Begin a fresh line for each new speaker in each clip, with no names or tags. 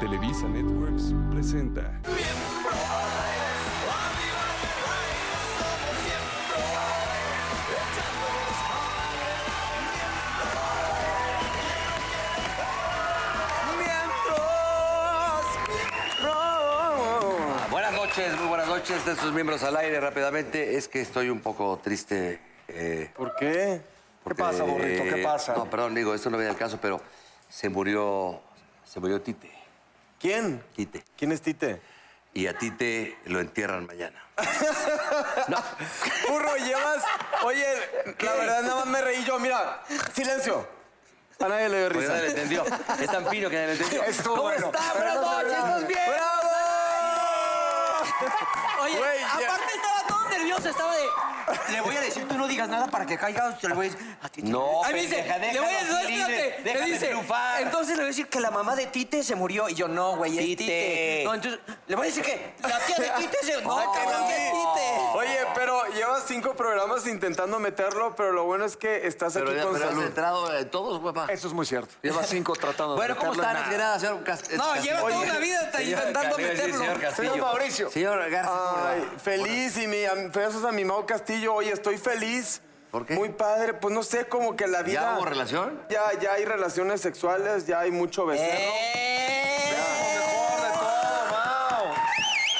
Televisa Networks presenta.
Ah, Buenas noches, muy buenas noches. De sus miembros al aire rápidamente. Es que estoy un poco triste. eh,
¿Por qué? ¿Qué
porque- eh,
pasa, burrito? ¿Qué pasa?
No, perdón, digo, esto no viene al caso, pero se murió, se murió Tite.
¿Quién?
Tite.
¿Quién es Tite?
Y a Tite lo entierran mañana.
Burro, llevas. Oye, la verdad, nada más me reí yo. Mira, silencio. A nadie le dio
Porque
risa.
nadie lo entendió. Es tan fino que nadie lo entendió.
Estuvo
¿Cómo
bueno.
está?
Pero
Buenas
no se
noches,
vea.
¿estás bien?
¡Bravo!
Oye,
Güey, ya-
aparte estaba todo nervioso, estaba de. Le voy a decir, tú no digas nada para que caiga. Le voy a decir, a ti te-
No,
Ahí me dice,
pendeja,
le voy a
déjalo
decir,
libre,
espérate. Le
déjalo
dice,
triunfar.
entonces le voy a decir que la mamá de Tite se murió. Y yo, no, güey, es
Tite.
Tite. No, entonces, le voy a decir que la tía de Tite se. No,
Ay,
cabrón, que es Tite.
Oye, pero llevas cinco programas intentando meterlo, pero lo bueno es que estás
Pero
aquí
ya
con
pero has
salud.
entrado eh, todos, papá.
Eso es muy cierto.
Lleva cinco tratando Bueno, ¿cómo está? Antes que nada, señor Castillo.
No, lleva toda una vida intentando meterlo.
Señor Castillo.
Señor Mauricio.
Señor Garza. ¿cómo le
Ay,
va?
feliz y mi, am- besos a mi Mau Castillo. Oye, estoy feliz.
¿Por qué?
Muy padre, pues no sé, como que la vida.
¿Ya hubo relación?
Ya, ya hay relaciones sexuales, ya hay mucho becerro.
Eh,
Mejor de todo, Mau.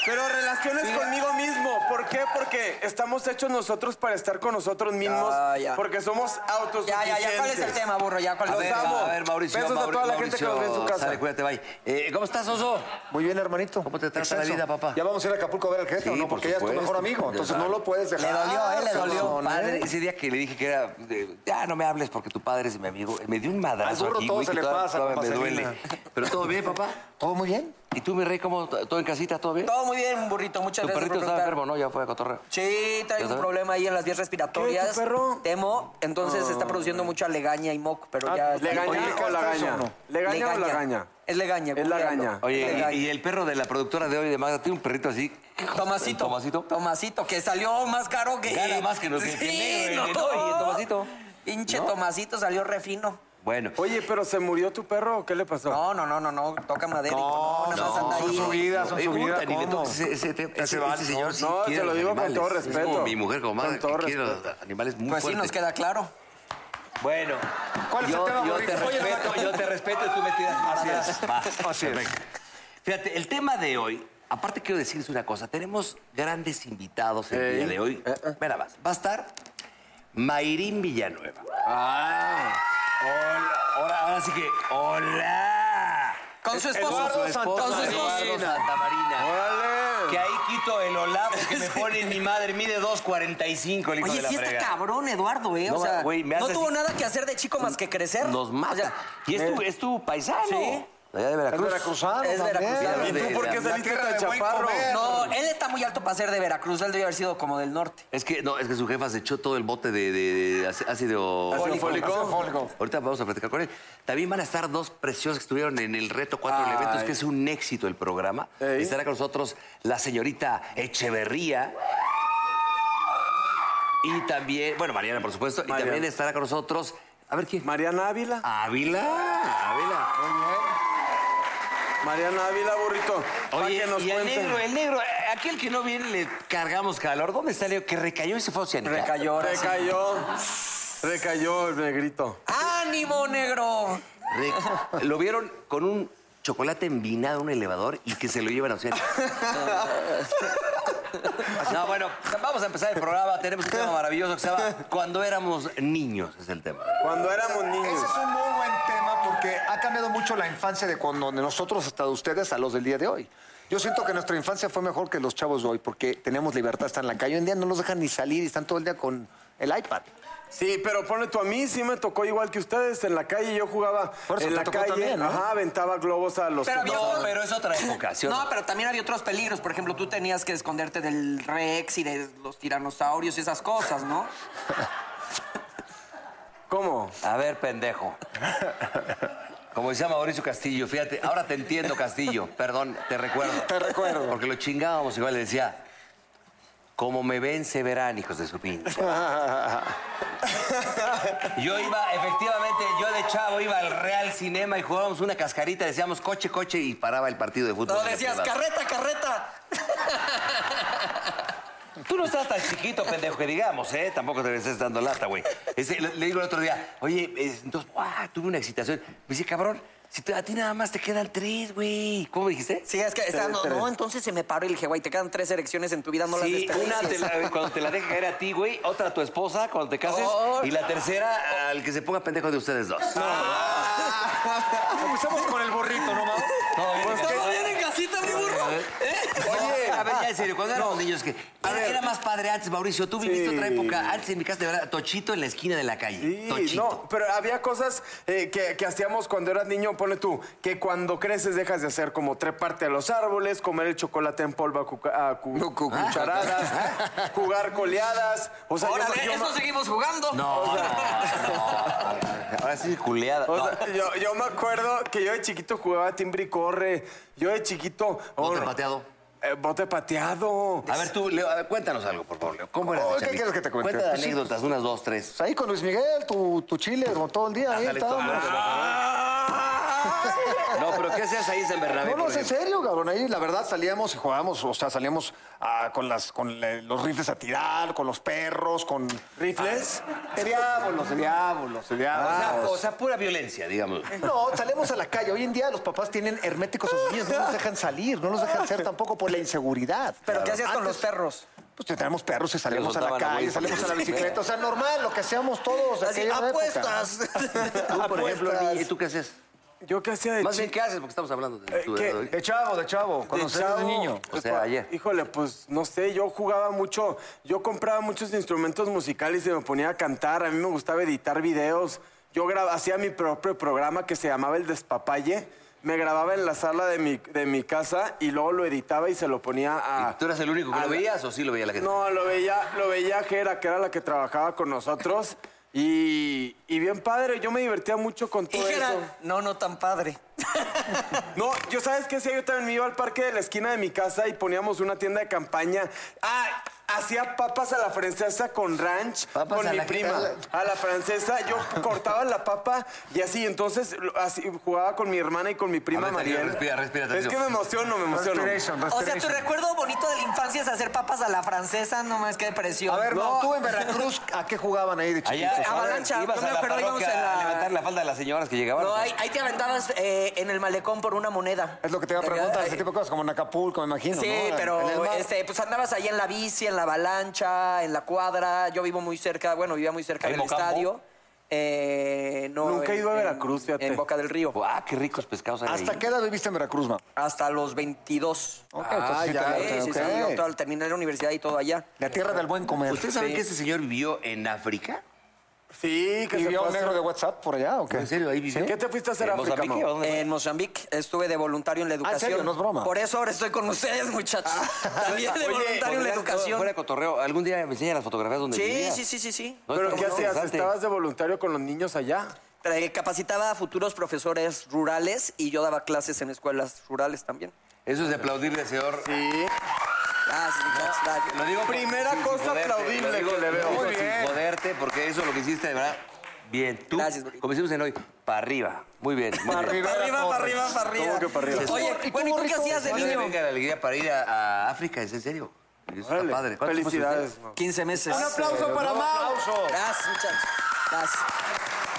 Pero relaciones conmigo mismo. ¿Por qué? Porque estamos hechos nosotros para estar con nosotros mismos.
Ya, ya.
Porque somos
Ya,
autosuficientes.
ya, ya. ¿Cuál es el tema, burro? Ya, ¿cuál es
Los
el
A
tema?
ver,
amo.
a ver, Mauricio.
Besos a toda la
Mauricio,
gente que nos ve en su casa.
Sale, cuídate, bye. Eh, ¿Cómo estás, Oso?
Muy bien, hermanito.
¿Cómo te trata la
Excelso.
vida, papá?
Ya vamos a ir a Acapulco a ver al jefe, ¿o
Sí,
¿no?
por
Porque ella es tu
supuesto.
mejor amigo, entonces
Ya.
no lo puedes dejar. Ah,
Le dolió, ¿eh? Le dolió.
cabrón,
Padre,
¿eh?
ese día que le dije que era. de, ya no me hables porque tu padre es mi amigo. Me dio un
Al
madrazo.
burro
aquí,
todo
güey,
se
que
le
todavía-
pasa,
todavía
con
me
vaselina.
duele. Pero todo bien, papá.
¿Todo muy bien?
¿Y tú, mi rey, cómo? ¿Todo en casita? ¿Todo bien?
Todo muy bien, burrito. Muchas
Tu
gracias.
perrito
por
estaba
preguntar.
enfermo, ¿no? Ya fue a cotorreo.
Sí, trae
¿Ya
un
sabe?
problema ahí en las vías respiratorias.
¿Qué, tu perro?
Temo, entonces
Oh,
está produciendo mucha legaña y moco, pero ya.
Ah, ¿legaña
Oye,
o lagaña? ¿Legaña o lagaña?
Es legaña.
Es
googlealo.
lagaña.
Oye,
Legaña.
y, y el perro de la productora de hoy de Magda tiene un perrito así.
Tomasito.
Tomasito.
Tomasito, que salió más caro que.
Gana más que los que-
sí,
que negro,
no.
el negro y el Tomasito.
Pinche
¿No?
Tomasito salió refino.
Bueno.
Oye, pero ¿se murió tu perro o qué le pasó?
No, no, no, no, no. Toca madera. y No, nada más anda ahí.
vida,
subidas, son subidas, ¿cómo?
Ese, ese, ese- ese señor sí
no, se
quiere
lo
los
digo con
animales.
todo
Es
respeto.
como mi mujer, como madre,
Con todo
que quiere los
respeto.
animales muy
Pues sí,
fuertes.
nos queda claro.
Bueno.
¿Cuál es el
yo,
tema,
yo te
Mauricio? Oye,
respeto, yo te respeto y tú me tiras mamadas. Va, perfecto. Fíjate, el tema de hoy, aparte quiero decirles una cosa, tenemos grandes invitados el día de hoy.
Eh,
Mira, más, va a estar Mayrín Villanueva. Ah. Hola, hola, ahora sí que, hola.
Con
Eh,
su esposo.
Con su esposo,
Con su esposo.
Eduardo Santamarina.
¡Órale!
Que ahí quito el hola porque me pone mi madre, mide 2.45 el hijo
Oye,
de la
sí está
fregada.
cabrón, Eduardo, ¿eh?
No,
o sea,
güey, me
no
hace
tuvo
así-
nada que hacer de chico más que crecer.
Nos mata.
O sea,
y es tu,
Eh.
es tu paisano.
Sí.
Allá de
Es
Veracruz.
veracruzano
Es
también.
veracruzano.
¿Y tú por qué
La
saliste
tierra
tan
de buen
chaparro?
comer.
no, él está muy alto para ser de Veracruz, él debió haber sido como del norte.
Es que, no, es que su jefa se echó todo el bote de, de- de ac- ácido...
¿Ácido fólico?
Ácido fólico. Ahorita vamos a platicar con él. También van a estar dos preciosos que estuvieron en el reto Cuatro
Ay.
Elementos, que es un éxito el programa.
Ey.
Estará con nosotros la señorita Echeverría. Y también, bueno, Mariana, por supuesto. Y
Mariana.
también estará con nosotros, a ver Ah, quién.
Mariana Ávila.
Ávila, Ávila.
Mariana Ávila, burrito. para
Oye,
que nos
y el
cuente.
negro, el negro, eh, aquel que no viene le cargamos calor. ¿Dónde está Leo? Que recayó y se fue a Oceánica.
Recayó. ahora sí.
Recayó. Recayó el negrito.
¡Ánimo, negro!
Re- lo vieron con un chocolate envinado en un elevador y que se lo lleven a usted. No, bueno, vamos a empezar el programa. Tenemos un tema maravilloso que se llama Cuando éramos niños, es el tema.
Cuando éramos niños.
Ese es un muy buen tema porque ha cambiado mucho la infancia de cuando de nosotros hasta de ustedes a los del día de hoy. Yo siento que nuestra infancia fue mejor que los chavos de hoy porque tenemos libertad, están en la calle. Hoy en día no nos dejan ni salir y están todo el día con el iPad.
Sí, pero ponle tú a mí, sí me tocó igual que ustedes. En la calle yo jugaba.
Por eso
en
te
la
tocó
calle.
también, ¿no?
Ajá, aventaba globos a los.
Pero había
No,
otros-
pero es otra época, ¿sí o no?
No, pero también había otros peligros. Por ejemplo, tú tenías que esconderte del Rex y de los tiranosaurios y esas cosas, ¿no?
¿Cómo?
A ver, pendejo. Como decía Mauricio Castillo, fíjate, ahora te entiendo, Castillo. Perdón, te recuerdo.
Te recuerdo.
Porque lo chingábamos igual, le decía, como me ven, se verán, hijos de su pinche. Yo iba, efectivamente, yo de chavo iba al Real Cinema y jugábamos una cascarita, decíamos coche, coche y paraba el partido de fútbol.
No, decías, carreta, carreta.
Tú no estás tan chiquito, pendejo, que digamos, ¿eh? Tampoco te estés dando lata, güey. Este, le, le digo el otro día, oye, es- entonces, ¡guau! Tuve una excitación. Me dice, cabrón, si te- a ti nada más te quedan tres, güey. ¿Cómo me dijiste?
Sí, es que estaba, no, no, entonces se me paró y le dije, güey, te quedan tres erecciones en tu vida, no
Sí,
las
una te
desperdicies.
la- cuando te la deja caer a ti, güey, otra a tu esposa cuando te cases,
Oh.
y la tercera al que se ponga pendejo de ustedes dos.
Empezamos con el borrito, ¿no, Mau? Pues
Todo bien,
¿Todo bien en casita, mi burro? ¿Eh?
Oye, a ver, ya en serio, cuando éramos niños que era, era más padre antes, Mauricio, tú viviste otra época, antes en mi casa de verdad, tochito en la esquina de la calle,
Sí,
tochito.
no, pero había cosas eh, que, que hacíamos cuando eras niño, ponle tú, que cuando creces dejas de hacer como treparte a los árboles, comer el chocolate en polvo a, cuca- a cu-
No, cu-
cucharadas, jugar coleadas. O sea, yo-
Órale,
yo,
eso
me-
seguimos jugando.
No, no, no. Ahora sí, culeada.
o
No.
sea, yo- yo me acuerdo que yo de chiquito jugaba timbre y corre. Yo de chiquito.
Bote
oh,
pateado.
eh, bote pateado.
A ver, tú, Leo, a ver, cuéntanos algo, por favor, Leo. ¿Cómo eras de
Oh, ¿qué
chavito?
quieres que te cuente?
Cuenta de
Pues sí.
anécdotas, unas dos, tres.
Pues ahí con Luis Miguel, tu, tu chile, como todo el día. Ahí
Ándale, todo.
estábamos.
No, pero ¿qué seas ahí en San Bernabé?
No, no,
por
es en
ejemplo?
serio, cabrón. Ahí la verdad salíamos y jugábamos, o sea, salíamos ah, con, las, con le- los rifles a tirar, con los perros, con...
¿Rifles?
Ah, de diábolos, de diábolos, de diábolos.
O sea, o sea, pura violencia, digamos.
No, salíamos a la calle. Hoy en día los papás tienen herméticos a sus niños, no los dejan salir, no los dejan ser tampoco por la inseguridad.
¿Pero qué hacías con los
Antes,
perros?
Pues teníamos perros y salíamos a la
soltaban a
calle,
güey.
salimos a la bicicleta. O sea, normal, lo que hacíamos todos. de
Así,
aquella época.
apuestas.
Tú, por ejemplo,
Apuestas.
¿y tú qué haces?
Yo qué hacía de
Más
chico.
bien, ¿qué haces? Porque estamos hablando de
Eh,
tú,
¿qué?
¿verdad?
De chavo, de chavo,
de
cuando eras
chavo,
niño.
O sea, ayer.
Híjole, pues no sé, yo jugaba mucho, yo compraba muchos instrumentos musicales y me ponía a cantar, a mí me gustaba editar videos, yo grab- hacía mi propio programa que se llamaba El Despapalle, me grababa en la sala de mi, de mi casa y luego lo editaba y se lo ponía a...
¿Y ¿Tú eras el único que
a
lo
la-
veías o sí lo veía la gente?
No, lo veía, lo veía a Jera, que era la que trabajaba con nosotros. Y, y bien padre, yo me divertía mucho con todo eso.
Dijera, no, no tan padre.
No, yo sabes qué hacía, yo también me iba al parque de la esquina de mi casa y poníamos una tienda de campaña. Ah, hacía papas a la francesa con ranch
Papas
con
a
mi
la-
prima. A la francesa, yo cortaba la papa y así, entonces lo- así, jugaba con mi hermana y con mi prima
A ver,
Mariel.
Tarío, respira, respira,
Es
Tarío.
que me emociono, me emociono.
O sea, tu recuerdo bonito de la infancia es hacer papas a la francesa, no más que depresión.
A ver, no,
No,
tú en Veracruz, ¿a qué jugaban ahí de chiquito?
Allá,
Avalancha, no
ibas a
me
la
acuerdo, íbamos
parroquia
en la-
a levantar la falda de las señoras que llegaban.
No,
¿o
ahí, ahí te aventabas eh, en el malecón por una moneda.
Es lo que te iba a preguntar, ese tipo de cosas, como en Acapulco, me imagino.
Sí,
¿no? En el
pero
mar.
este, pues andabas ahí en la bici, en la avalancha, en la cuadra. Yo vivo muy cerca, bueno, vivía muy cerca
¿Ahí en
del
Mocambo?
estadio. Eh, no,
Nunca he
en-
ido a
en-
Veracruz, fíjate.
En Boca del Río.
Ah, qué ricos pescados hay
¿Hasta
ahí.
qué edad viviste en Veracruz, ma?
Hasta los 22.
Ok,
Ah,
entonces sí te
ya,
Sí,
la-
sí,
ok.
sí, yo todo- terminé la universidad y todo allá.
La tierra del buen comer.
¿Ustedes saben que este señor vivió en África?
Sí, que se
¿Vivió
fue a
un negro
hacer-
de WhatsApp por allá o qué?
¿En serio? ¿Ahí vivió?
¿Qué te fuiste a hacer
¿En
a África,
Mozambique
Mau?
o dónde?
En Mozambique estuve de voluntario en la educación.
serio? No es broma.
Por eso ahora estoy con ustedes, muchachos. También de
Oye,
voluntario en la
Oigan,
educación.
Fuera de cotorreo, algún día me enseñan las fotografías donde
Sí,
vivías.
sí, sí, sí, sí.
No,
¿Pero
está
qué
muy
hacías?
interesante.
¿Estabas de voluntario con los niños allá?
Tra- Capacitaba a futuros profesores rurales y yo daba clases en escuelas rurales también.
Eso es de aplaudirle, señor.
Sí.
Gracias, muchachos, gracias.
Lo digo por-
Primera
sin
cosa
joderte,
aplaudible
lo digo-
que le
lo
veo.
digo
Muy bien.
Sin joderte, porque eso es lo que hiciste, de verdad. Bien, tú,
Gracias, Burrito.
como hicimos en hoy, para arriba. Muy bien, muy bien.
Para arriba, para arriba, para arriba.
¿Cómo que para arriba?
Oye, bueno, ¿y tú qué hacías de
Ahora
niño?
venga la alegría para ir a, a África, ¿es en serio? Eso está
Órale,
padre. ¿Cuánto tiempo
Felicidades.
estuviste?
Mau.
15 meses.
aplauso para Mau.
Gracias, muchachos. Gracias.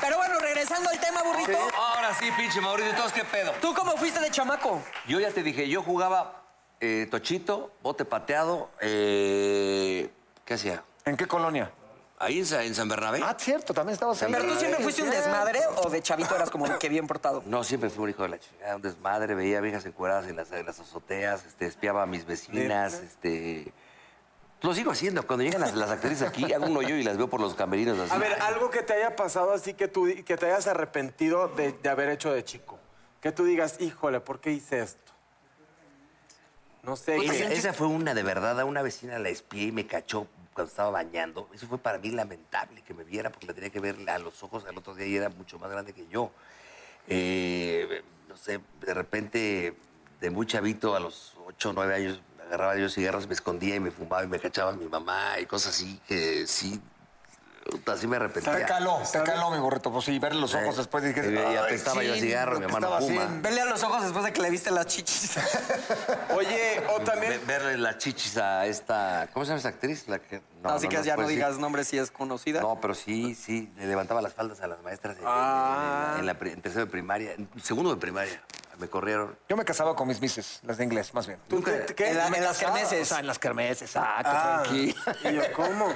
Pero bueno, regresando al tema, burrito.
Ahora Ahora sí, pinche Mauricio, ¿todos qué pedo?
¿Tú cómo fuiste de chamaco?
Yo ya te dije, yo jugaba eh, tochito, bote pateado, eh, ¿qué hacía?
¿En qué colonia?
Ahí en, Sa- en San Bernabé.
Ah, cierto, también estabas ahí.
¿Pero tú siempre fuiste un desmadre o de chavito eras como que bien portado?
No, siempre fui un hijo de la chingada, un desmadre, veía viejas encueradas en las, en las azoteas, este, espiaba a mis vecinas, este... Lo sigo haciendo, cuando llegan las, las actrices aquí, hago un hoyo y las veo por los camerinos así.
A ver, algo que te haya pasado así que tú di- que te hayas arrepentido de, de haber hecho de chico. Que tú digas, híjole, ¿por qué hice esto? No sé.
Esa-
que-
esa fue una de verdad, a una vecina la espié y me cachó cuando estaba bañando. Eso fue para mí lamentable que me viera porque la tenía que ver a los ojos al otro día y era mucho más grande que yo. Eh, no sé, de repente, de muy chavito, a los 8 o 9 años, agarraba yo cigarros, me escondía y me fumaba y me cachaba mi mamá y cosas así que sí, así me arrepentía.
Te caló, te caló, mi gorrito. Pues sí, verle los ojos después dije...
Y
ay,
apestaba yo a
sí,
cigarro,
lo
mi
que
mamá no
estaba
fuma.
haciendo.
Verle a los ojos después de que le viste las chichis.
Oye, o
Ve-
también.
Verle las chichis a esta. ¿Cómo se llama esa actriz? La que,
Así que ya no
puedo decir.
digas nombres si es conocida.
No, pero sí, sí, le levantaba las faldas a las maestras en, en- en
Ah.
Ah.
la- en la pri- en tercero de primaria, en segundo de primaria. Me corrieron.
Yo me casaba con mis mises, las de inglés, más bien.
¿Tú
nunca-
te-
En, la- en las
O
carneses.
sea, en las kermeses, ah, qué
Ah,
tranqui.
y yo, ¿Cómo?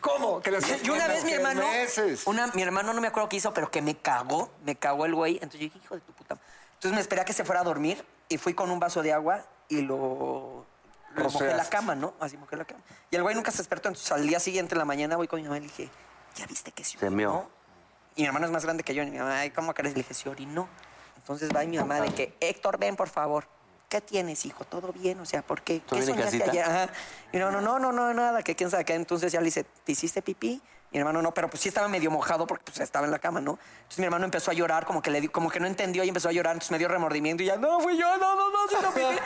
¿Cómo? Que las-
Y una
en
vez
las
mi hermano,
kermeses.
una, mi hermano no me acuerdo qué hizo, pero que me cagó, me cagó el güey. Entonces yo dije, hijo de tu puta. madre". Entonces me esperé a que se fuera a dormir y fui con un vaso de agua y lo, lo mojé la
Rociaste.
cama, ¿no? Así mojé la cama. Y el güey nunca se despertó. Entonces al día siguiente, en la mañana, voy con mi mamá y le dije, ¿ya viste que sí?
Se meó.
orinó?" Y mi hermano es más grande que yo. Y mi mamá, "Ay, ¿cómo crees? Le dije, sí, orinó. Entonces va y mi mamá de que, Héctor, ven, por favor. ¿Qué tienes, hijo? ¿Todo bien? O sea, ¿por qué?
¿Todo
¿Qué
bien en
soñaste
casita?
ayer? Ajá. Y mi hermano, no, no, no, nada, que quién sabe qué. Entonces ya le dice, ¿te hiciste pipí? Mi hermano no, pero pues sí estaba medio mojado porque pues estaba en la cama, ¿no? Entonces mi hermano empezó a llorar, como que le di- como que no entendió y empezó a llorar, entonces me dio remordimiento y ya, no, fui yo, no, no, no, sí, no, pipí.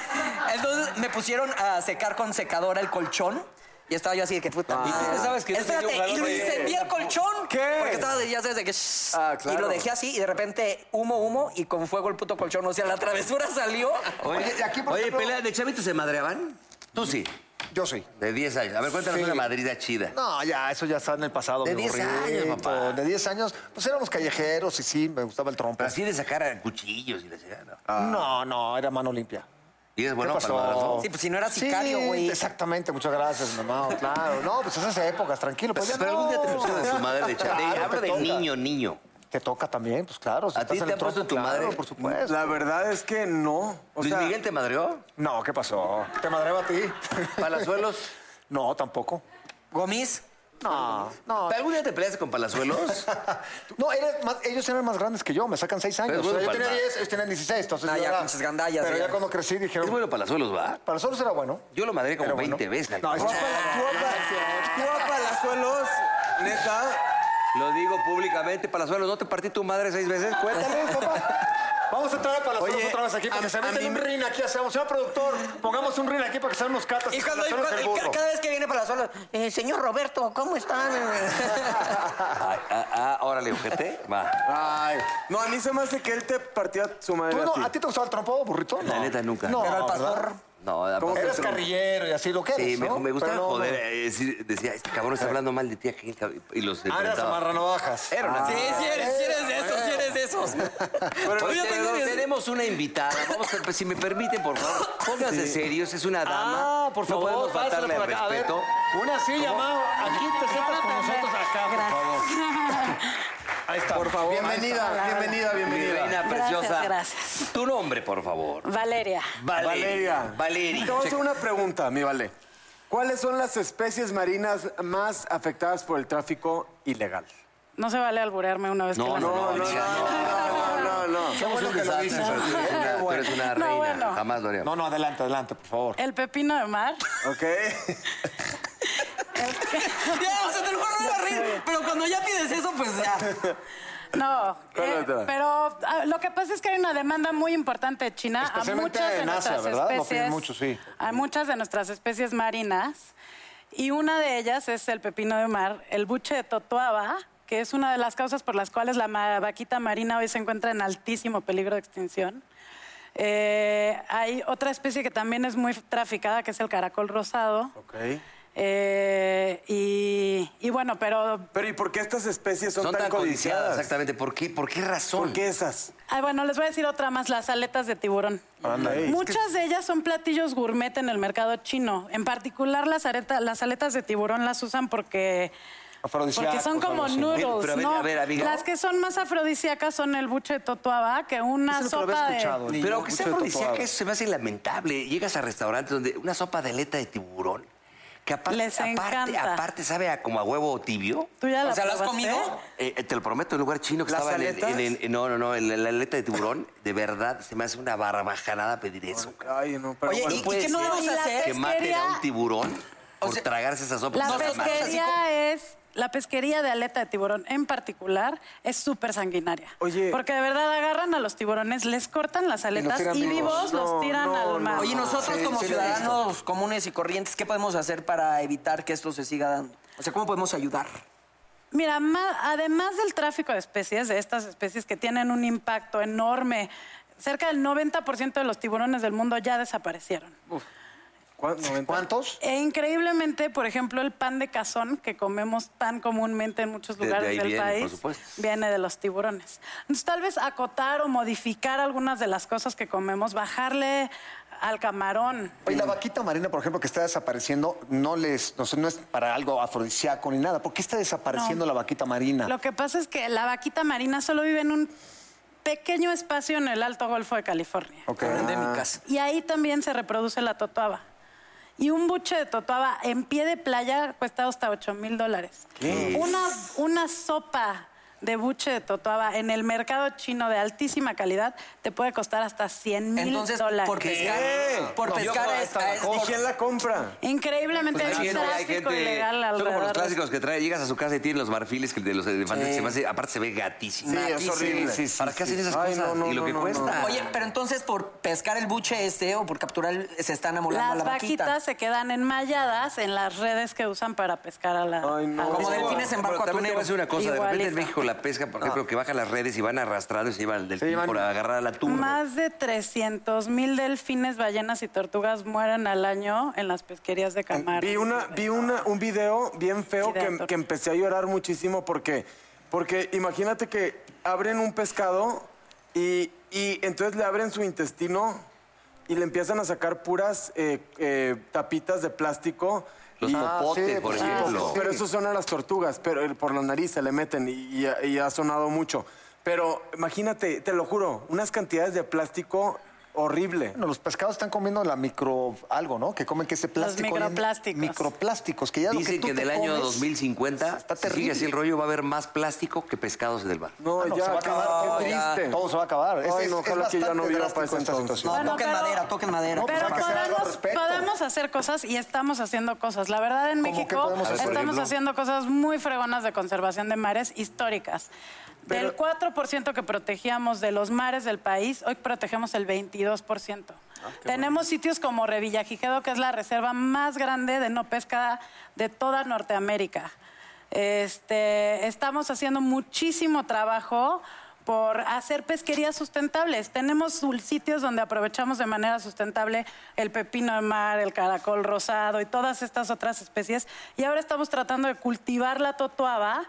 Entonces me pusieron a secar con secadora el colchón y estaba yo así de que puta.
Ah.
madre.
sabes que eso sería un
Espérate, y
jalo
lo
de-
incendié el
Ah,
colchón.
¿Qué?
Porque estaba de, ya sabes de que. shh,
Ah, claro.
Y lo dejé así y de repente humo, humo y con fuego el puto colchón. O sea, la travesura salió.
Oye, y aquí, por
Oye,
ejemplo-
pelea de chavitos se madreaban. Tú sí,
Yo sí.
de 10 años. A ver, cuéntanos
Sí.
una madrida chida.
No, ya, eso ya está en el pasado.
De
mi
10
gorrito.
años, papá.
De 10 años, pues éramos callejeros y sí, me gustaba el trompo.
Pero así de sacar a Ah. cuchillos y la chingada. ¿no?
No, no, era mano limpia.
Y es bueno
¿Qué
para el madrazo.
Sí, pues si no era sicario, güey.
exactamente, muchas gracias, mamá. Claro, no, pues esas épocas, tranquilo. Pues, ya
Pero algún día te
no.
pusieron de su madre de chaval.
Claro, te
Hablo de
toca.
niño, niño.
Te toca también, pues claro. si
¿A
estás
ti
en
te
el
ha puesto
trompo,
tu
claro,
madre?
Por supuesto.
La verdad es que no. O
Luis
sea,
Miguel te madreó.
No, ¿qué pasó? ¿Te madreba a ti?
Palazuelos.
No, tampoco.
Gomis.
No, no.
¿Algún día te peleaste con Palazuelos?
No, eres más- ellos eran más grandes que yo, me sacan 6 años.
Pero es
O
bueno
sea, yo
para
tenía
el mar.
10, ellos tenían 16, entonces.
Ah,
yo
ya,
era-
con sus gandallas,
Pero
ya.
ya cuando crecí dijeron.
es bueno Palazuelos, ¿va?
Para nosotros era bueno.
Yo lo madré como
Pero
20
bueno.
veces.
No,
cabrón.
es
tú a- tú a- tú a Palazuelos, neta.
Lo digo públicamente, Palazuelos, ¿no te partí tu madre seis veces? Cuéntame.
Cuéntales, papá. Vamos a traer para nosotros otra vez aquí para
a-
que se
a
metan
mí
un
me-
rin aquí. Hacemos, señor productor, pongamos un rin aquí para que sean unos catas.
Y cuando, y
Palazuelos
cuando-
el
y ca-
burro.
cada vez que viene para la sola, eh, señor Roberto, ¿cómo están?
Ay, ah, ah, órale, ojete. Va.
Ah,
Ay.
No, a mí se me hace que él te partía su madre.
¿Tú
a
no-
ti.
¿A ti te gustaba el trompo, burrito? No.
La neta, nunca.
No,
Pero al pastor.
¿verdad?
No, la
Como
pastor-
eres carrillero y así lo que eres,
Sí, me,
¿no?
me gustaba
Pero no,
joder.
no.
eh, decir- decía, este cabrón está hablando mal de ti aquí. cabrón, Y los
Ah, eras
enfrentaba.
amarranavajas.
Era una-
sí, sí eres, sí eres de esos, sí eres de esos. Pero
Oye,
yo tengo
tenemos-
mis-
tenemos una invitada. Vamos a- si me permiten, por favor, pónganse serios. Es una dama.
Ah, por
No
favor,
podemos
pásale
faltarle al
por acá. A ver,
respeto.
Una silla, Mao. Aquí te sientas con nosotros acá, por favor. Ahí está. Por favor. Bienvenida, bienvenida,
Mi reina preciosa.
gracias.
Tu nombre, por favor.
Valeria,
Valeria.
Valeria.
Valeria.
Te voy a hacer una pregunta, mi vale. ¿Cuáles son las especies marinas más afectadas por el tráfico ilegal?
no se vale alburearme una vez que
No,
la
no, no, no, no.
No, no.
Qué bueno que lo
Tú
dices.
eres una- tú eres una
No,
reina.
bueno.
Jamás lo haría.
No, no, adelante, adelante, por favor.
El pepino de mar.
¿Ok?
Ya, o sea, te lo juro, no iba a reír. Pero cuando ya pides eso, pues ya.
No,
¿Cuál
eh,
otra?
pero ah, lo que pasa es que hay una demanda muy importante de China a
Especialmente
muchas de
en Asia,
nuestras
¿verdad? Lo piden
especies,
mucho, sí.
a muchas de nuestras especies marinas y una de ellas es el pepino de mar, el buche de totoaba, que es una de las causas por las cuales la ma- vaquita marina hoy se encuentra en altísimo peligro de extinción. Eh, hay otra especie que también es muy traficada, que es el caracol rosado.
Ok.
Eh, y, y bueno, pero
Pero ¿y por qué estas especies son,
Son
tan, codiciadas?
Exactamente. ¿Por qué? ¿Por qué razón?
¿Por qué esas?
Ay, bueno, les voy a decir otra más, las aletas de tiburón.
Ándale.
Muchas de ellas son platillos gourmet en el mercado chino. En particular, las, areta- las aletas de tiburón las usan porque, porque son como noodles,
Oye, pero a ver,
¿no?
a ver, amiga.
Las que son más afrodisíacas son el buche de totoaba, que una
Eso es lo que
sopa
había
de...
escuchado.
Pero
Niño,
aunque sea
mucho de
afrodisíaca,
topado.
eso se me hace lamentable. Llegas a restaurantes donde una sopa de aleta de tiburón, que aparte,
Les
aparte,
encanta.
aparte sabe a, como a huevo tibio.
¿Tú ya la
O sea, ¿lo has
probaste?
comido?
Eh, eh, te lo prometo, el lugar chino que
¿Las
estaba en el-
aletas?
en, el- No, no, no, en la, la aleta de tiburón, de verdad, se me hace una barbajanada pedir eso. cabrón.
Ay, no, pero
Oye,
bueno. pues,
¿y- y qué no
ser
vamos
Y
a
la
hacer?
Que maten a
pesquería-
un tiburón
O
por
sea,
tragarse esa sopa.
La
No, no, no.
pesquería es... La pesquería de aleta de tiburón en particular es súper sanguinaria.
Oye.
Porque de verdad agarran a los tiburones, les cortan las aletas
tiran
y,
vivos.
vivos los
No,
tiran
no, no.
al mar.
Oye, nosotros
Sí,
como
sí lo he
ciudadanos comunes y corrientes, ¿qué podemos hacer para evitar que esto se siga dando? O sea, ¿cómo podemos ayudar?
Mira, ma- además del tráfico de especies, de estas especies que tienen un impacto enorme, cerca del 90% de los tiburones del mundo ya desaparecieron.
¿cuán- noventa?
¿Cuántos?
E increíblemente, por ejemplo, el pan de cazón que comemos tan comúnmente en muchos
De- de
lugares
ahí
del
viene, por
país
supuesto.
viene de los tiburones. Entonces, tal vez acotar o modificar algunas de las cosas que comemos, bajarle al camarón.
Oye, la vaquita marina, por ejemplo, que está desapareciendo, no les, no, sé, no es para algo afrodisíaco ni nada. ¿Por qué está desapareciendo
No.
la vaquita marina?
Lo que pasa es que la vaquita marina solo vive en un pequeño espacio en el Alto Golfo de California.
Ok.
Son endémicas.
Y ahí también se reproduce la totoaba. Y un buche de totoaba en pie de playa cuesta hasta 8 mil dólares. Una, una sopa de buche de totoaba en el mercado chino de altísima calidad te puede costar hasta 100 mil
Entonces,
dólares.
por pescar, por
No, yo
pescar
no,
es,
esta
es-
¿Y quién la compra?
Increíblemente hay un
Imagínate, hay
tráfico
Pues gente-
ilegal
Son como
alrededor.
los clásicos que trae, llegas a su casa y tienen los marfiles que- de los elefantes.
Sí.
Se me hace- aparte se ve gatísimo.
Sí, es
Gatísimo.
horrible.
Sí, sí,
¿Para qué hacen esas
Ay,
cosas?
no, no,
y lo
no,
que
no, no.
cuesta.
Oye, pero entonces por pescar el buche este o por capturar, el- se están amolando a
Las
la vaquita.
vaquitas se quedan enmalladas en las redes que usan para pescar a la...
Ay, no.
a la-
Como delfines en barco
Pero también te
atunero.
voy a decir una cosa. De repente en
Igualito.
México la pesca, por ejemplo, que bajan las redes y van arrastrando y se llevan el delfín por agarrar a la tumba.
Más de 300 mil delfines, ballenas y tortugas mueren al año en las pesquerías de camarón.
Vi, una, vi una, un video bien feo
Sí, de
que,
actor.
que empecé a llorar muchísimo porque, porque imagínate que abren un pescado y, y entonces le abren su intestino y le empiezan a sacar puras eh, eh, tapitas de plástico.
Los
y-
popotes,
sí,
por
pues,
ejemplo.
sí.
Pero eso son a las tortugas, pero eh, por la nariz se le meten y, y ha- y ha sonado mucho. Pero imagínate, te lo juro, unas cantidades de plástico horrible.
Bueno, los pescados están comiendo la micro algo, ¿no? Que comen que ese plástico. hoy en-
microplásticos.
Microplásticos, que ya lo
Dicen
tú
que en
te
el año
comes-
2050,
Está
si
terrible.
sigue así el rollo, va a haber más plástico que pescados en el mar.
No,
Ah, no,
ya,
se va a
qué-
acabar,
qué
ya.
triste.
Todo se va a acabar.
Ay,
Es-
no,
es-
ojalá
es
que ya no
bastante
viva para
drástico
esa
esta
entonces.
situación.
No,
Bueno,
toquen
pero-
madera, toquen madera.
No, pues,
Pero
hay que hacer algo al
podemos,
respecto.
podemos hacer cosas y estamos haciendo cosas. La verdad, en
¿Cómo qué
México
podemos hacer, por
estamos
ejemplo?
haciendo cosas muy fregonas de conservación de mares históricas. Del 4% que protegíamos de los mares del país, hoy protegemos el 22%. Tenemos sitios como Revillagigedo, que es la reserva más grande de no pesca de toda Norteamérica. Este, estamos haciendo muchísimo trabajo por hacer pesquerías sustentables. Tenemos sul- sitios donde aprovechamos de manera sustentable el pepino de mar, el caracol rosado y todas estas otras especies. Y ahora estamos tratando de cultivar la totoaba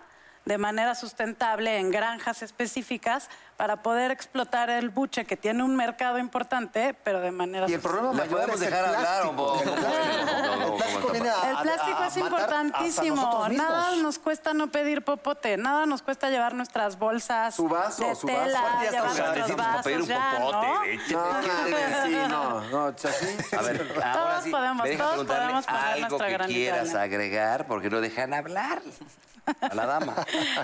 de manera sustentable en granjas específicas para poder explotar el buche que tiene un mercado importante, pero de manera
Y el problema
¿La
mayor
podemos
es el
dejar hablar o
plástico.
po-
El
cómo-
plástico-
cómo-
el
cómo-
plástico
cómo-
viene a-
El
a- a
plástico es
matar hasta
importantísimo.
nosotros mismos.
Nada nos cuesta no pedir popote. Nada nos cuesta llevar nuestras bolsas
Su vaso,
de
su vaso.
tela,
Aparte
llevar
Ya estamos
nuestros
agradecidos para
vasos
pedir un
ya,
popote.
¿no?
échate.
No, madre, sí, no, no, chasín.
A ver, ahora sí,
podemos,
me deja
todos
preguntarle
podemos poner
algo
nuestra
que
granita de
quieras
arena.
agregar, porque no dejan hablar a la dama.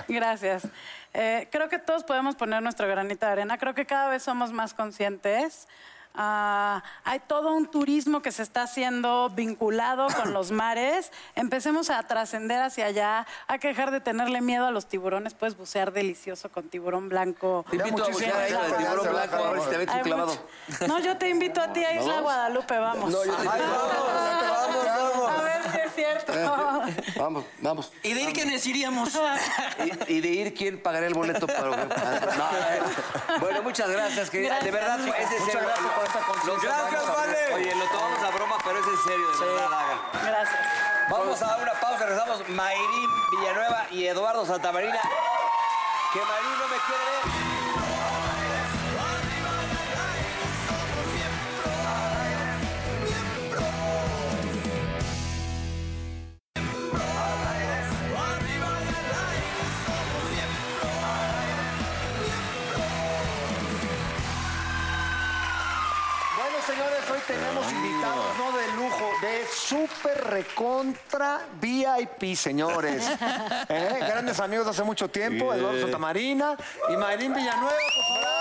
Gracias. Eh, creo que todos podemos poner nuestro granito de arena. Creo que cada vez somos más conscientes. Ah, hay todo un turismo que se está haciendo vinculado con los mares. Empecemos a trascender hacia allá, a que dejar de tenerle miedo a los tiburones. Puedes bucear delicioso con tiburón blanco.
Te invito a
muchísimas
buscar a Isla de
gracias.
Tiburón Blanco, a ver si te metes un
Hay
clavado.
mucho- No, yo te invito a ti a Isla Guadalupe, vamos. A ver si es
Eh.
cierto.
Vamos, vamos.
¿Y de ir quiénes iríamos?
Y, y de ir, ¿quién pagará el boleto para.? No, eh. Bueno, muchas gracias, querida.
Gracias,
de verdad,
chicos.
es en serio.
gracias por esta conciencia.
Lo tomamos a-
Vale.
Oye, lo tomamos a broma, pero es en serio, de verdad, háganlo.
Gracias.
Vamos a dar una pausa, regresamos. Mayrín Villanueva y Eduardo Santamarina. Que Mayrín no me quiere ver.
Bueno, señores, hoy tenemos invitados, no de lujo, de súper recontra VIP, señores. ¿Eh? Grandes amigos de hace mucho tiempo, Eduardo Santamarina y Mayrín Villanueva, por favor.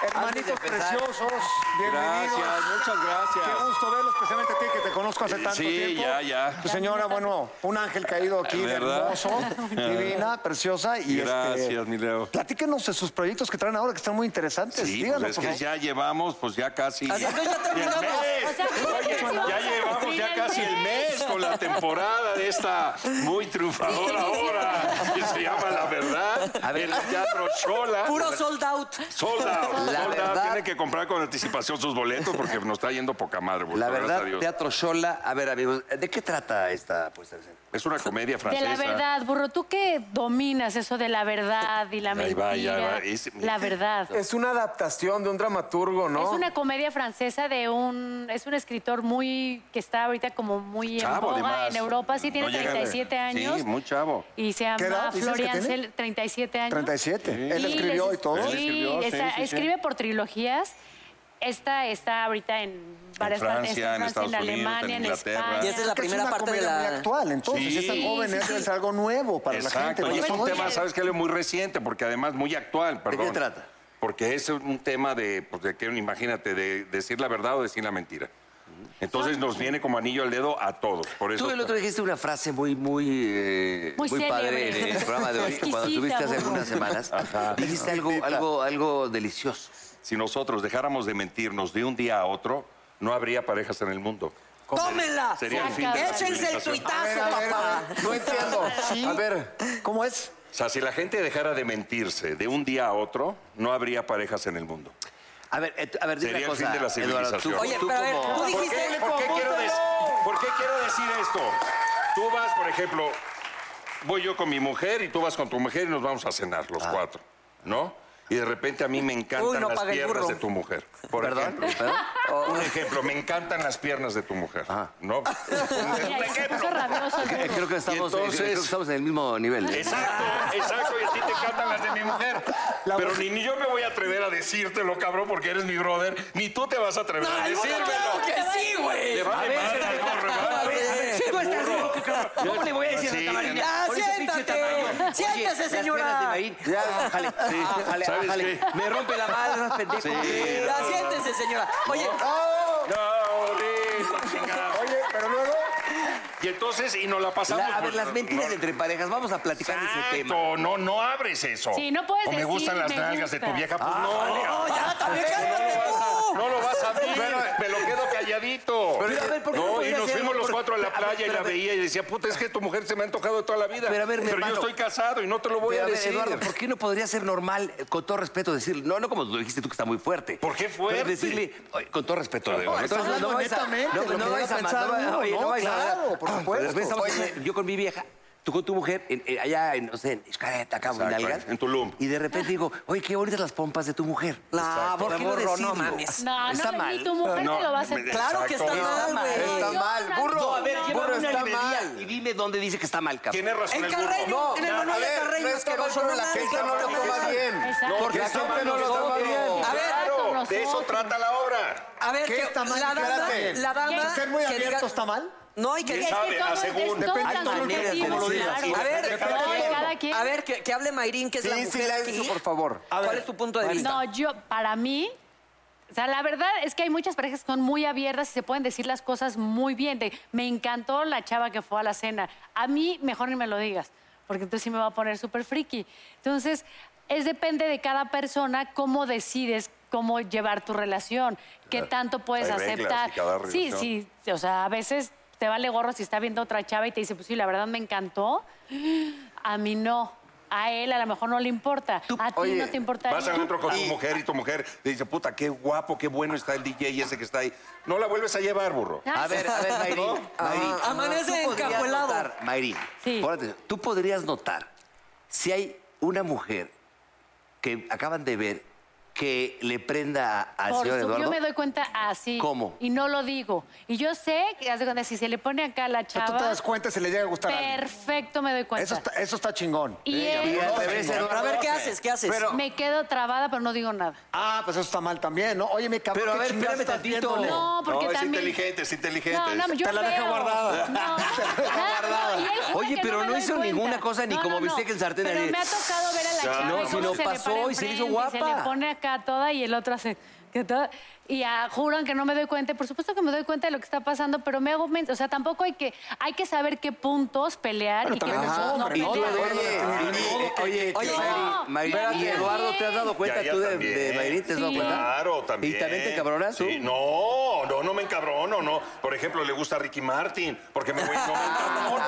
Hermanitos preciosos, bienvenidos.
Gracias, muchas gracias.
Qué gusto verlos, especialmente a ti que te conozco hace tanto
Sí,
tiempo.
ya, ya.
Tu señora, bueno, un ángel caído aquí, de
¿Verdad?
hermoso, divina, preciosa. Y este,
Gracias, mi Leo.
Platíquenos de sus proyectos que traen ahora, que están muy interesantes.
Sí,
Díganos,
pues es
por
que
favor.
ya llevamos, pues ya casi.
Así, entonces ya
¡Diez
terminamos.
meses!
O sea,
Oye,
sí, vamos
ya
a
llevamos
cumplir
ya
el
casi el mes con la temporada de esta muy triunfadora ahora, que se llama La Verdad, el Teatro Chola.
Puro sold out.
Solda,
La verdad-
tiene que comprar con anticipación sus boletos porque nos está yendo poca madre. Bulto,
La
gracias
verdad,
a Dios.
Teatro Shola. A ver, amigos, ¿de qué trata esta puesta de escena?
es una comedia
De
francesa.
la verdad, burro, tú que dominas eso de la verdad y la
Ahí
mentira.
va, ahí va, ese-
La verdad.
Es una adaptación de un dramaturgo, ¿no?
Es una comedia francesa de un es un escritor muy que está ahorita como muy en
Chavo,
boga
además.
en Europa, sí tiene
No llega de-
37 años
Sí, muy chavo.
y
¿Qué
se
edad
llama
dices que
Florian
tiene?
Sel, 37 años.
37. Él
Y
escribió
les-
y todo.
Él
Sí,
escribió, sí,
está-
sí, sí.
escribe por trilogías. Esta está ahorita en varias partes,
Francia, en Estados Unidos, en
Alemania, en,
Inglaterra.
España.
Y esta es la
Que
primera
es una
parte de
comedia
la.
muy actual, entonces.
Sí.
Es tan joven,
Sí, sí,
es-
sí.
es algo nuevo para
Exacto,
la
y
gente.
es
para
un
todos.
tema, ¿sabes qué? Leo? Muy reciente, porque además muy actual, perdón.
qué trata?
Porque es un tema de, pues, de que, imagínate, de decir la verdad o decir la mentira. Entonces nos viene como anillo al dedo a todos. Por eso
Ah. Tú el otro día dijiste una frase muy, muy, eh,
Muy célebre.
padre en el programa de hoy, que cuando
Exquisita,
estuviste hace
burro.
algunas semanas. Dijiste algo, algo, algo delicioso.
si nosotros dejáramos de mentirnos de un día a otro, no habría parejas en el mundo.
¡Tómenla!
Sería el
Se
fin de la
acabó.
¡Échense el
civilización.
A ver,
tuitazo,
a ver,
papá!
a ver, No entiendo. A ver,
¿Cómo es?
O sea, si la gente dejara de mentirse de un día a otro, no habría parejas en el mundo.
A ver, eh, a ver, dime
Sería
una
el
cosa,
fin de la
Eduardo, tú-
civilización.
Oye,
tú
pero a ver,
como-
tú
¿Por
dijiste...
qué, por qué quiero dec- por qué quiero decir esto? Tú vas, por ejemplo, voy yo con mi mujer y tú vas con tu mujer y nos vamos a cenar
Ah.
los cuatro, ¿no? Y de repente a mí me encantan
Uy, no
las
paga el
piernas
burro.
de tu mujer. Por
¿Perdón?
ejemplo.
¿Perdón? Oh. O-
Un ejemplo, me encantan las piernas de tu mujer. ¿No?
Mira, y se puso rabioso el burro.
Creo que, estamos, eh,
entonces-
creo que estamos en el mismo nivel. ¿eh?
Exacto, exacto, y a ti te encantan las de mi mujer. Pero ni, ni yo me voy a atrever a decírtelo, cabrón, porque eres mi brother, ni tú te vas a atrever a
¡Ay, bueno,
decírmelo.
claro que sí, güey!
Le vale madre, burro, le vale
Sí, güey, estás loco, cabrón. ¿Cómo le voy a decir a
Sí,
la camarina?
no.
¡Ah,
Por ese pinche
siéntate!
tamaño. Oye,
¡Siéntese,
las piernas de
señora! Ah,
Maín. Ájale, ájale,
Ah, ¿Sabes
ájale.
qué?
Me rompe la madre, esas pendejos.
¡Ya siéntese, señora! Oye,
No, ahorita, chingada.
Oye, pero luego.
Y entonces, y nos la pasamos.
La- a ver,
por-
las mentiras entre parejas, vamos a platicar de ese tema.
Exacto, no, no abres eso.
Sí, no puedes
O me
decir,
gustan las
me
nalgas de tu
gusta.
vieja, pues
Ah,
no.
Ah, no, ya, también cálmate tú.
No lo vas a abrir, me lo quedo calladito.
Pero, a ver, ¿por qué no
no, y
podría
nos
ser?
fuimos los
Por-
cuatro a la
pero, a
playa
ver,
y
pero,
la
a ver.
veía y decía, puta, es que tu mujer se me ha antojado de toda la vida.
Pero, a ver, mi
yo
hermano.
estoy casado y no te lo voy
Pero,
a
a ver,
decir.
Eduardo, ¿por qué no podría ser normal, eh, con todo respeto, decir, no, no como lo dijiste tú que está muy fuerte?
¿Por qué fuerte?
Pero decirle, oye, con todo respeto, Eduardo.
está
entonces,
hablando
vais a-
netamente,
no-
lo
no
que
vais
debe
a
pensar
mandar-
uno,
oye,
¿no?
vais a
Claro,
mandar-
por
Ah,
supuesto.
después estamos en-
Oye.
yo con mi vieja, tú con tu mujer, en- en- allá en, no sé, en Xcaret, acá, en
Exacto,
Algar,
en Tulum.
Y de repente digo, oye, qué bonitas las pompas de tu mujer.
La
¿Por qué no
borro, no
decirlo?
mames.
No,
Está
no,
mal.
ni tu mujer
No,
te lo va a aceptar.
Claro que está
Está
mal,
mal,
güey.
está mal. Burro,
No, a ver,
No,
llévame a
burro
una
está
librería
mal.
y dime dónde dice que está mal, cabrón.
Tiene razón
En
el burro.
Carreño, en el
No,
manual de
ver,
Carreño.
no es que
cabrón,
va, pero la
mames,
gente no
cabrón,
lo
mames.
toma bien.
Exacto.
Porque la gente no lo toma bien.
A ver,
Claro,
con
de eso
nosotros.
trata la obra.
A ver,
¿Qué
que
está mal?
La dama,
Espérate.
la dama...
¿Ser muy
que diga-
abierto está mal?
No, hay que...
¿Quién
Es que
sabe?
todo
Ah,
es-
según.
es todo
Depende
tan
de cómo lo
subjetivo,
digas.
claro.
A ver,
No, de cada quien.
a ver, que, que hable Mayrín, que es la
Sí,
mujer
sí, la-
aquí.
por favor. A
¿Cuál
ver.
es tu punto de vista?
No, yo, para mí, o sea, la verdad es que hay muchas parejas que son muy abiertas y se pueden decir las cosas muy bien. De, me encantó la chava que fue a la cena. A mí, mejor ni me lo digas, porque entonces sí me va a poner súper friki. Entonces, es depende de cada persona cómo decides cómo llevar tu relación, qué tanto puedes
Hay reglas
aceptar.
y cada
sí,
relación.
sí, o sea, a veces te vale gorro si está viendo otra chava y te dice, pues sí, la verdad me encantó. A mí no. A él a lo mejor no le importa. a ti no te importa.
Vas a un otro con tu mujer y tu mujer te dice, puta, qué guapo, qué bueno está el DJ ese que está ahí. No la vuelves a llevar, burro.
A ver, a ver, Mayri.
Ah, amanece encajuelado.
Mayri,
Sí.
pon atención. tú podrías notar si hay una mujer que acaban de ver que le prenda a- al
Por
señor
su-
Eduardo.
Yo me doy cuenta así.
¿Cómo?
Y no lo digo. Y yo sé que haz de cuenta, si se le pone acá la
sea,
chava.
tú te das cuenta si le llega a gustar a alguien.
Perfecto, me doy cuenta.
Eso está, eso está chingón.
Y él-
Y al revés, Eduardo.
Pero a ver, ¿qué haces? ¿Qué haces?
Pero-
me quedo trabada, pero no digo nada.
Ah, pues eso está mal también, ¿no? Oye, mi cabrón,
Pero a
¿qué
ver,
chingados
espérame
estás
tantito.
viéndole?
No, porque
no, es
también.
inteligente, es inteligente.
No, no, yo
Te la deja
veo.
guardada.
No,
guardada.
no, y él jura
Oye,
que
pero
me
no
doy
hizo
cuenta.
ninguna cosa, ni como bistec en sartén,
Pero
así.
me ha tocado ver a
Ah,
la chava
No,
y
si
cómo
no
se
pasó
le para
y se le hizo
enfrente, y Se
guapa.
le pone acá toda y el otro hace... Que todo, y ah, juran que no me doy cuenta. Por supuesto que me doy cuenta de lo que está pasando, pero me hago... men- O sea, tampoco hay que... Hay que saber qué puntos pelear y qué
también
puntos
es
no
hombre, ¿no?
pelear.
Eduardo,
Oye,
Eduardo,
oye,
oye,
oye,
no,
Mayri,
espérate.
Mayri, ¿y Eduardo te has dado cuenta
Ya, ya
tú de,
también.
de Mayri? ¿Te has dado
Sí.
cuenta?
Claro, también.
¿Y también te cabronas tú?
Sí, no, no, no me encabrono, no. Por ejemplo, le gusta Ricky Martin, porque me, no me encabrono,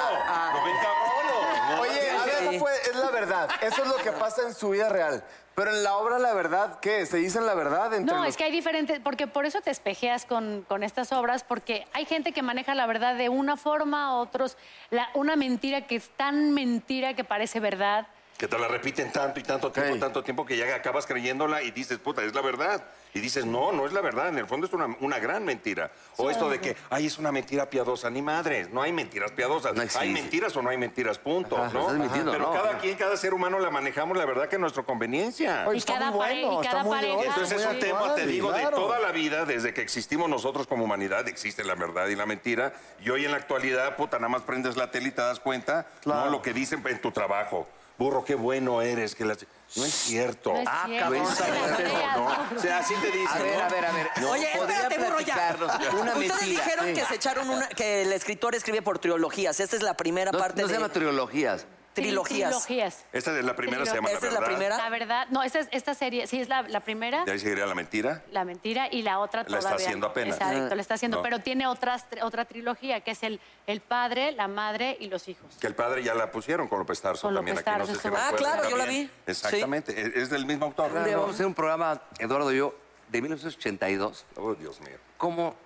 no me encabrono.
Oye, a ver, no puede- es la verdad. Eso es lo que pasa en su vida real. Pero en la obra, la verdad, ¿qué? ¿Se dicen la verdad entre
No,
los
es que hay diferentes, porque por eso te espejeas con, con estas obras, porque hay gente que maneja la verdad de una forma, otros, la- una mentira que es tan mentira que parece verdad.
Que te la repiten tanto y tanto tiempo, tanto tiempo que ya acabas creyéndola y dices, puta, es la verdad. Y dices, no, no es la verdad, en el fondo es una, una gran mentira. O esto de que, ay, es una mentira piadosa, ni madres, no hay mentiras piadosas.
No existe.
hay mentiras o no hay mentiras, punto, ¿no?
estás mintiendo,
Pero
¿no?
cada
Ajá.
quien, cada ser humano la manejamos la verdad que a nuestra conveniencia.
Oye,
Y
está
cada
muy
pare-
bueno,
y
está
cada
muy
pareja-
bueno,
Entonces es
muy
un tema,
actual,
te digo, de
claro.
toda la vida, desde que existimos nosotros como humanidad, existe la verdad y la mentira. Y hoy en la actualidad, puta, nada más prendes la tele y te das cuenta, no lo que dicen en tu trabajo. Burro, qué bueno eres. Que las- No es cierto.
No es
ah,
cierto.
cabrón,
No es
¿sabes
cierto.
eso, no? O sea, así te
A
dicen.
ver,
¿no?
a ver, a ver.
Oye,
Podría
espérate, burro ya.
platicarnos Una
Ustedes
mentira.
dijeron
Sí.
que se echaron una, que el escritor escribe por trilogías. Esta es la primera
No,
parte
no
de
se llama trilogías.
trilogías.
Trilogías.
Esta es la primera, se llama
¿Esta es
la
la
verdad.
primera?
La verdad, no, esta, es- esta serie, sí, es la, la primera,
De ahí seguiría la mentira.
la mentira, y la otra
La está
todavía.
haciendo apenas.
Exacto, la está haciendo,
No.
pero tiene otras, tri- otra trilogía, que es el, el padre, la madre y los hijos.
Que el padre ya la pusieron con López Tarso
Con
también
López
aquí. No
Tarso,
sé si
estuvo-
Ah,
recuerdan
claro, yo la
también.
vi. Sí.
Exactamente. Eh, es- Es del mismo autor.
Un día Vamos a hacer un programa, Eduardo y yo, de 1982.
Oh, Dios mío.
¿Cómo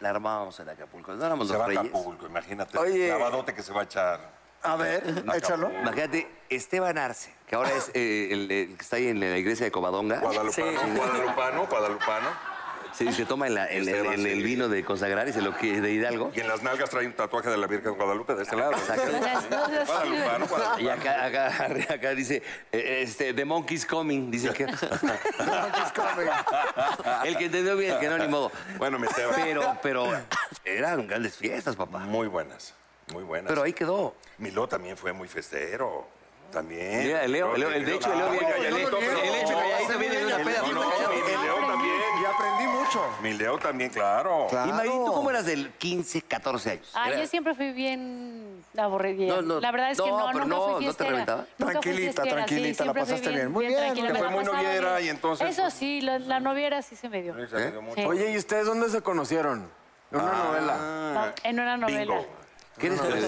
la armábamos en Acapulco? No éramos
Se va
los
a
reyes.
Acapulco, imagínate.
Oye.
El lavadote que se va a echar.
A ver, échalo.
Imagínate, Esteban Arce, que ahora es eh, el, el que está ahí en la iglesia de Covadonga.
Guadalupano, guadalupano, guadalupano.
Sí, se toma en, la- en- en- en el vino de consagrar y se lo quiere de Hidalgo.
Y en las nalgas trae un tatuaje de la Virgen de Guadalupe de este lado. Guadalupano, guadalupano.
Y acá, acá, acá dice, eh, este, The Monkey's Coming, dice que... el que entendió bien, el que no, ni modo.
Bueno, me esteba.
Pero, pero eran grandes fiestas, papá.
Muy buenas, muy buenas.
Pero ahí quedó.
Miló también fue muy festero. También.
Mira, el Leo, el Leo, el- de hecho, el Leo
Ah,
viene
muy calladito,
El
pero-
hecho
No,
calladito
muy
viene
bien,
de una
ya
peda.
No, no, mi Leo también.
Y aprendí mucho.
Mi Leo también, claro.
Y Marín, ¿tú cómo eras del 15, 14 años?
Ah,
Era-
yo siempre fui bien aburrida.
No, no,
la verdad es que
no,
no,
pero
nunca
no, ¿no te
fui fiestera.
reventaba?
Nunca fui
Tranquilita,
fiestera, sí,
tranquilita, la
siempre fui
pasaste bien, muy bien,
tranquila,
que
me
fue
la
muy
pasaba
noviera
bien.
y entonces,
Eso
pues-
sí, la, la noviera sí se me dio.
Se me dio mucho.
Sí.
¿Eh? Oye, ¿y ustedes dónde se conocieron? En una novela.
No, en una novela.
Bingo.
¿Qué eres?
En una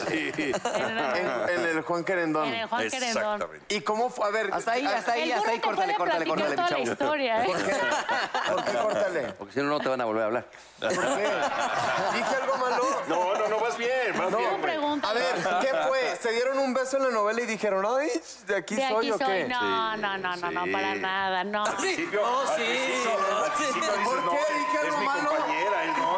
novela.
En, en el Juan Querendón.
En el Juan Querendón.
Exactamente.
¿Y cómo fue? A ver,
Hasta ahí, hasta ahí,
El
hasta ahí,
burro te
córtale,
puede
córtale,
platicar
córtale, mi
toda la historia,
chavo.
¿eh?
¿por qué córtale?
Porque si no, no te van a volver a hablar.
¿Por qué? ¿Dije algo malo?
No, no, no, vas bien, vas bien.
No
hombre.
pregunta.
A ver, ¿qué fue? ¿Se dieron un beso en la novela y dijeron, ay, de aquí
¿De
soy
aquí
o qué?
soy? No, no, no, no, no, para nada, no.
Al principio, al principio, al principio dices,
¿Por
no,
qué
es-
dije
es
algo
mi
malo?
compañera, él no.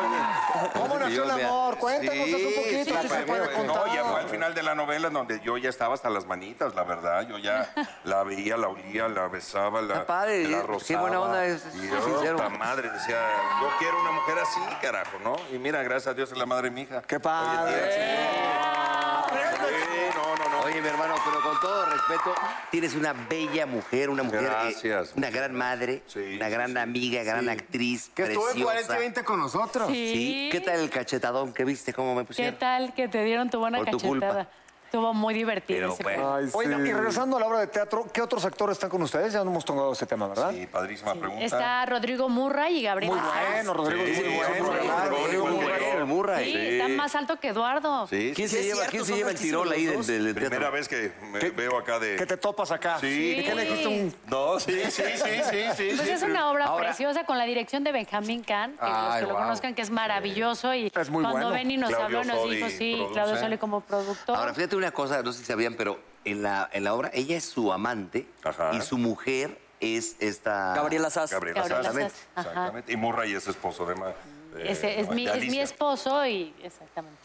¿Cómo nació el amor? Cuéntanos eso un poquito,
sí,
si se
fue-
puede
fue- No, ya fue al
contar.
final de la novela donde yo ya estaba hasta las manitas, la verdad. Yo ya la veía, la olía, la besaba, la,
Está padre, eh,
la
qué
rozaba.
buena onda, es-
Y
es
yo,
sincero.
puta madre, decía, yo quiero una mujer así, carajo, ¿no? Y mira, gracias a Dios es la madre de mi hija.
¡Qué padre!
Sí, no, no, no.
Oye, mi hermano, pero con todo respeto, tienes una bella mujer, una mujer. eh,
Gracias.
una gran madre,
Sí,
una
sí,
gran
sí.
amiga, gran actriz.
Que estuvo en
preciosa.
40 y 20 con nosotros.
Sí. ¿Qué tal el cachetadón que viste? ¿Cómo me
¿Qué
Pues
pusieron?
tal que te dieron tu buena
Por tu culpa.
cachetada? Estuvo muy divertido.
Pero
ese
bueno.
programa.
Ay,
Oigan,
sí.
y regresando a la obra de teatro, ¿qué otros actores están con ustedes? Ya no hemos tocado ese tema, ¿verdad?
Sí, padrísima pregunta.
Está Rodrigo Murray y Gabriel
Muy
Sass.
bueno, Rodrigo,
Sí,
es muy
sí,
bueno.
sí,
¿verdad?
sí, sí,
Rodrigo,
sí,
muy
sí,
bueno.
el Murray.
Sí, está más alto que Eduardo.
Sí. ¿Quién
Sí,
se
es
lleva,
cierto,
¿quién se
son
lleva el
altísimos
tirol ahí
los
del,
dos.
del- del
Primera
teatro?
vez que me veo acá de...
Que te topas acá.
Sí.
¿Y qué le dijiste a un
No, sí, sí, sí, sí, sí.
Pues
sí,
es
pero-
una obra
Ahora-
preciosa con la dirección de Benjamín Kahn, que los
Ay,
que lo
guau.
conozcan, que es maravilloso. Y
Es muy
cuando
bueno.
Benny nos
Claudio
habló, nos
Soli
dijo, sí,
produce.
Claudio Sole como productor.
Ah,
Ahora, fíjate una cosa, no sé si sabían, pero en la, en la obra ella es su amante
Ajá.
y su mujer es esta...
Gabriela Sass.
Gabriela
Gabriela
Sass.
Sass, ajá.
Exactamente. Y Murray es esposo de... Ma- de-
Ese es,
de
mi, es mi
Alicia.
esposo y exactamente.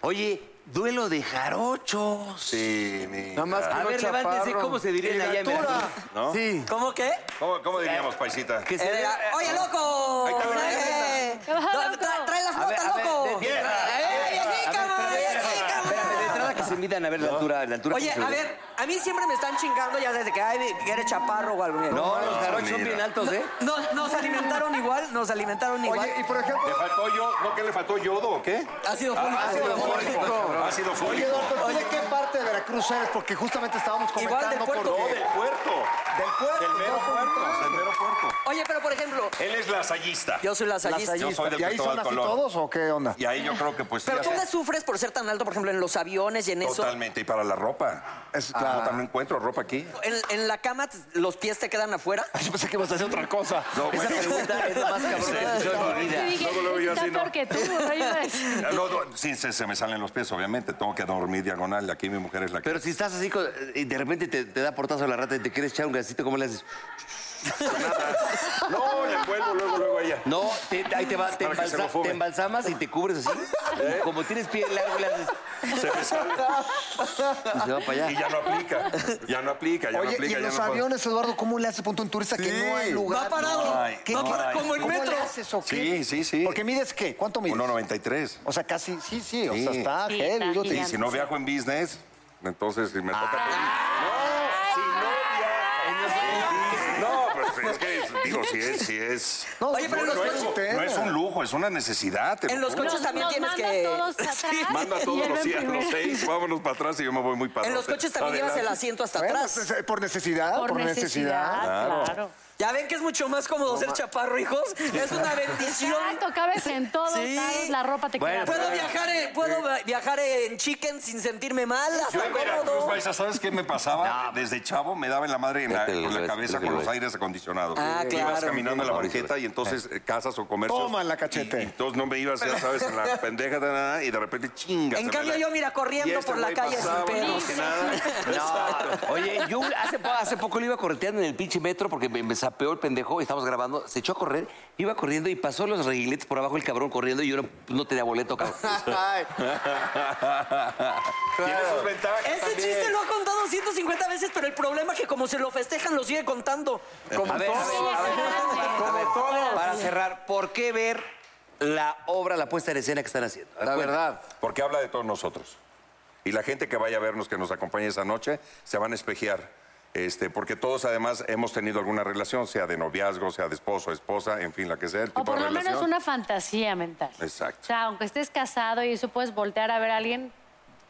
Oye, duelo de jarochos.
Sí, mi-
Nada más que
A
no
ver, levántense,
chaparro.
¿cómo se dirían allá en Veracruz?
¿No?
Sí.
¿Cómo qué?
¿Cómo, cómo diríamos, paisita?
Que se
Eh,
diga-
¡Oye, loco!
Ahí está, mira,
Eh,
está.
no, trae, trae la
A ver,
flota,
a ver,
loco!
de- de-
¡Eh, viejica, ma, viejica, ma!
Espérame, de entrada que se midan a ver la altura. La altura
Oye,
que se-
a ver, a mí siempre me están chingando ya desde que ay, que eres chaparro o algo.
No, los jarochos son
mira.
bien altos, ¿eh?
No, nos alimentaron igual, nos alimentaron igual.
Oye, y por ejemplo,
¿Le faltó yo? ¿No que le faltó yodo o qué?
Ácido
Ah,
fólico.
ácido fólico. Ácido
oye,
fólico.
doctor, ¿tú ¿de qué parte de Veracruz eres? Porque justamente estábamos
Igual
comentando
del puerto.
No,
porque-
del puerto.
Del puerto,
Del mero
todo
puerto. Del mero puerto.
Oye, pero por ejemplo,
Él es lasallista.
yo soy lasallista.
Yo soy del
¿Y ahí
Cristóbal
son así
Colón.
todos o qué onda?
Y ahí yo creo que pues...
Pero
ya
tú
sé.
le sufres por ser tan alto, por ejemplo, en los aviones y en eso.
Totalmente. Y para la ropa.
Es
Ah,
claro.
también encuentro ropa aquí.
En, en la cama t- los pies te quedan afuera.
Yo pensé que ibas a hacer otra cosa.
No,
Esa
bueno.
pregunta es la más cabrona que he hecho en mi
Yo
vida.
dije,
luego, luego yo
está
así, ¿no?
peor que tú, ¿no? Yo iba a decir,
Ah, No, no, sí, se, se me salen los pies, obviamente. Tengo que dormir diagonal. Aquí mi mujer es la que...
Pero si estás así con- y de repente te, te da portazo a la rata y te quieres echar un gasito, ¿cómo le haces?
No, le envuelvo luego, luego allá.
No, te- ahí te va, te,
Para que se
embalsa-
lo fume. ¿Eh?
te embalsamas y te cubres así. Y Como tienes pie largo, le haces
Se me sale.
y Pues se va para
Y
allá.
ya no aplica. Ya no aplica, ya no
Oye,
aplica.
y en
ya
los
no puedo.
aviones, Eduardo, ¿cómo le hace punto un turista que no hay lugar?
Va parado.
Ay,
¿Qué-
no,
qué-
ay.
como el
¿Cómo
metro.
le haces o qué?
Sí, sí, sí.
Porque mides qué? ¿Cuánto mides?
1.93.
O sea, casi, sí, sí, o
Sí.
sea, está
Sí,
heavy.
está
yo te-
gigante.
Si no viajo en business, entonces si me toca... No, pero pues, es que es- digo, si es, si es.
No,
Oye, pero
no,
en los
No
no
es,
es un
coches-
no
tema.
es un lujo, es una necesidad. te
En
lo
los
juro.
coches también
nos
tienes
manda
que-
todos atrás.
Sí.
Manda a
Y
todos
él va
los,
en
días, los
primero.
seis, vámonos para atrás y yo me voy muy para
En los coches también llevas el asiento hasta
Bueno,
atrás.
pues, eh, por necesidad, por, necesidad.
claro.
Ya ven que es mucho más cómodo ser chaparro, hijos. Es una bendición.
Exacto, cabes en todos
Sí.
lados, la ropa te
Bueno,
queda.
Puedo viajar, en- puedo va- viajar en chicken sin sentirme mal,
Yo
hasta
en Veracruz,
cómodo.
Paisa, ¿sabes qué me pasaba? Desde chavo me daba en la madre en la,
Vete,
con la
ves,
cabeza
vete,
con los
ves.
aires acondicionados.
Ah,
Ibas
claro.
caminando en la
Vamos,
banqueta y entonces eh, casas o comercios.
Toma la cachete.
Y, y entonces no me ibas, ya sabes, en la pendeja de nada y de repente chingas.
En cambio, yo, mira, corriendo
este
por la calle sin pelos.
No, oye, yo hace, po- hace poco le iba correteando en el pinche metro porque me, me sapeó el pendejo y estábamos grabando. Se echó a correr, iba corriendo y pasó los reguiletes por abajo el cabrón corriendo y yo no, no tenía boleto, cabrón.
Tiene sus ventajas.
Ese
también.
chiste lo ha contado 150 veces, pero el problema es que como se lo festejan, lo sigue contando.
A ver, a ver, a ver, a ver, Para cerrar, ¿por qué ver la obra, la puesta en escena que están haciendo? A ver,
La
cuéntame.
verdad.
Porque habla de todos nosotros. Y la gente que vaya a vernos, que nos acompañe esa noche, se van a espejear. Este, porque todos además hemos tenido alguna relación, sea de noviazgo, sea de esposo, esposa, en fin, la que sea, el tipo
O por
de
lo menos
relación.
una fantasía mental.
Exacto.
O sea, aunque estés casado y eso puedes voltear a ver a alguien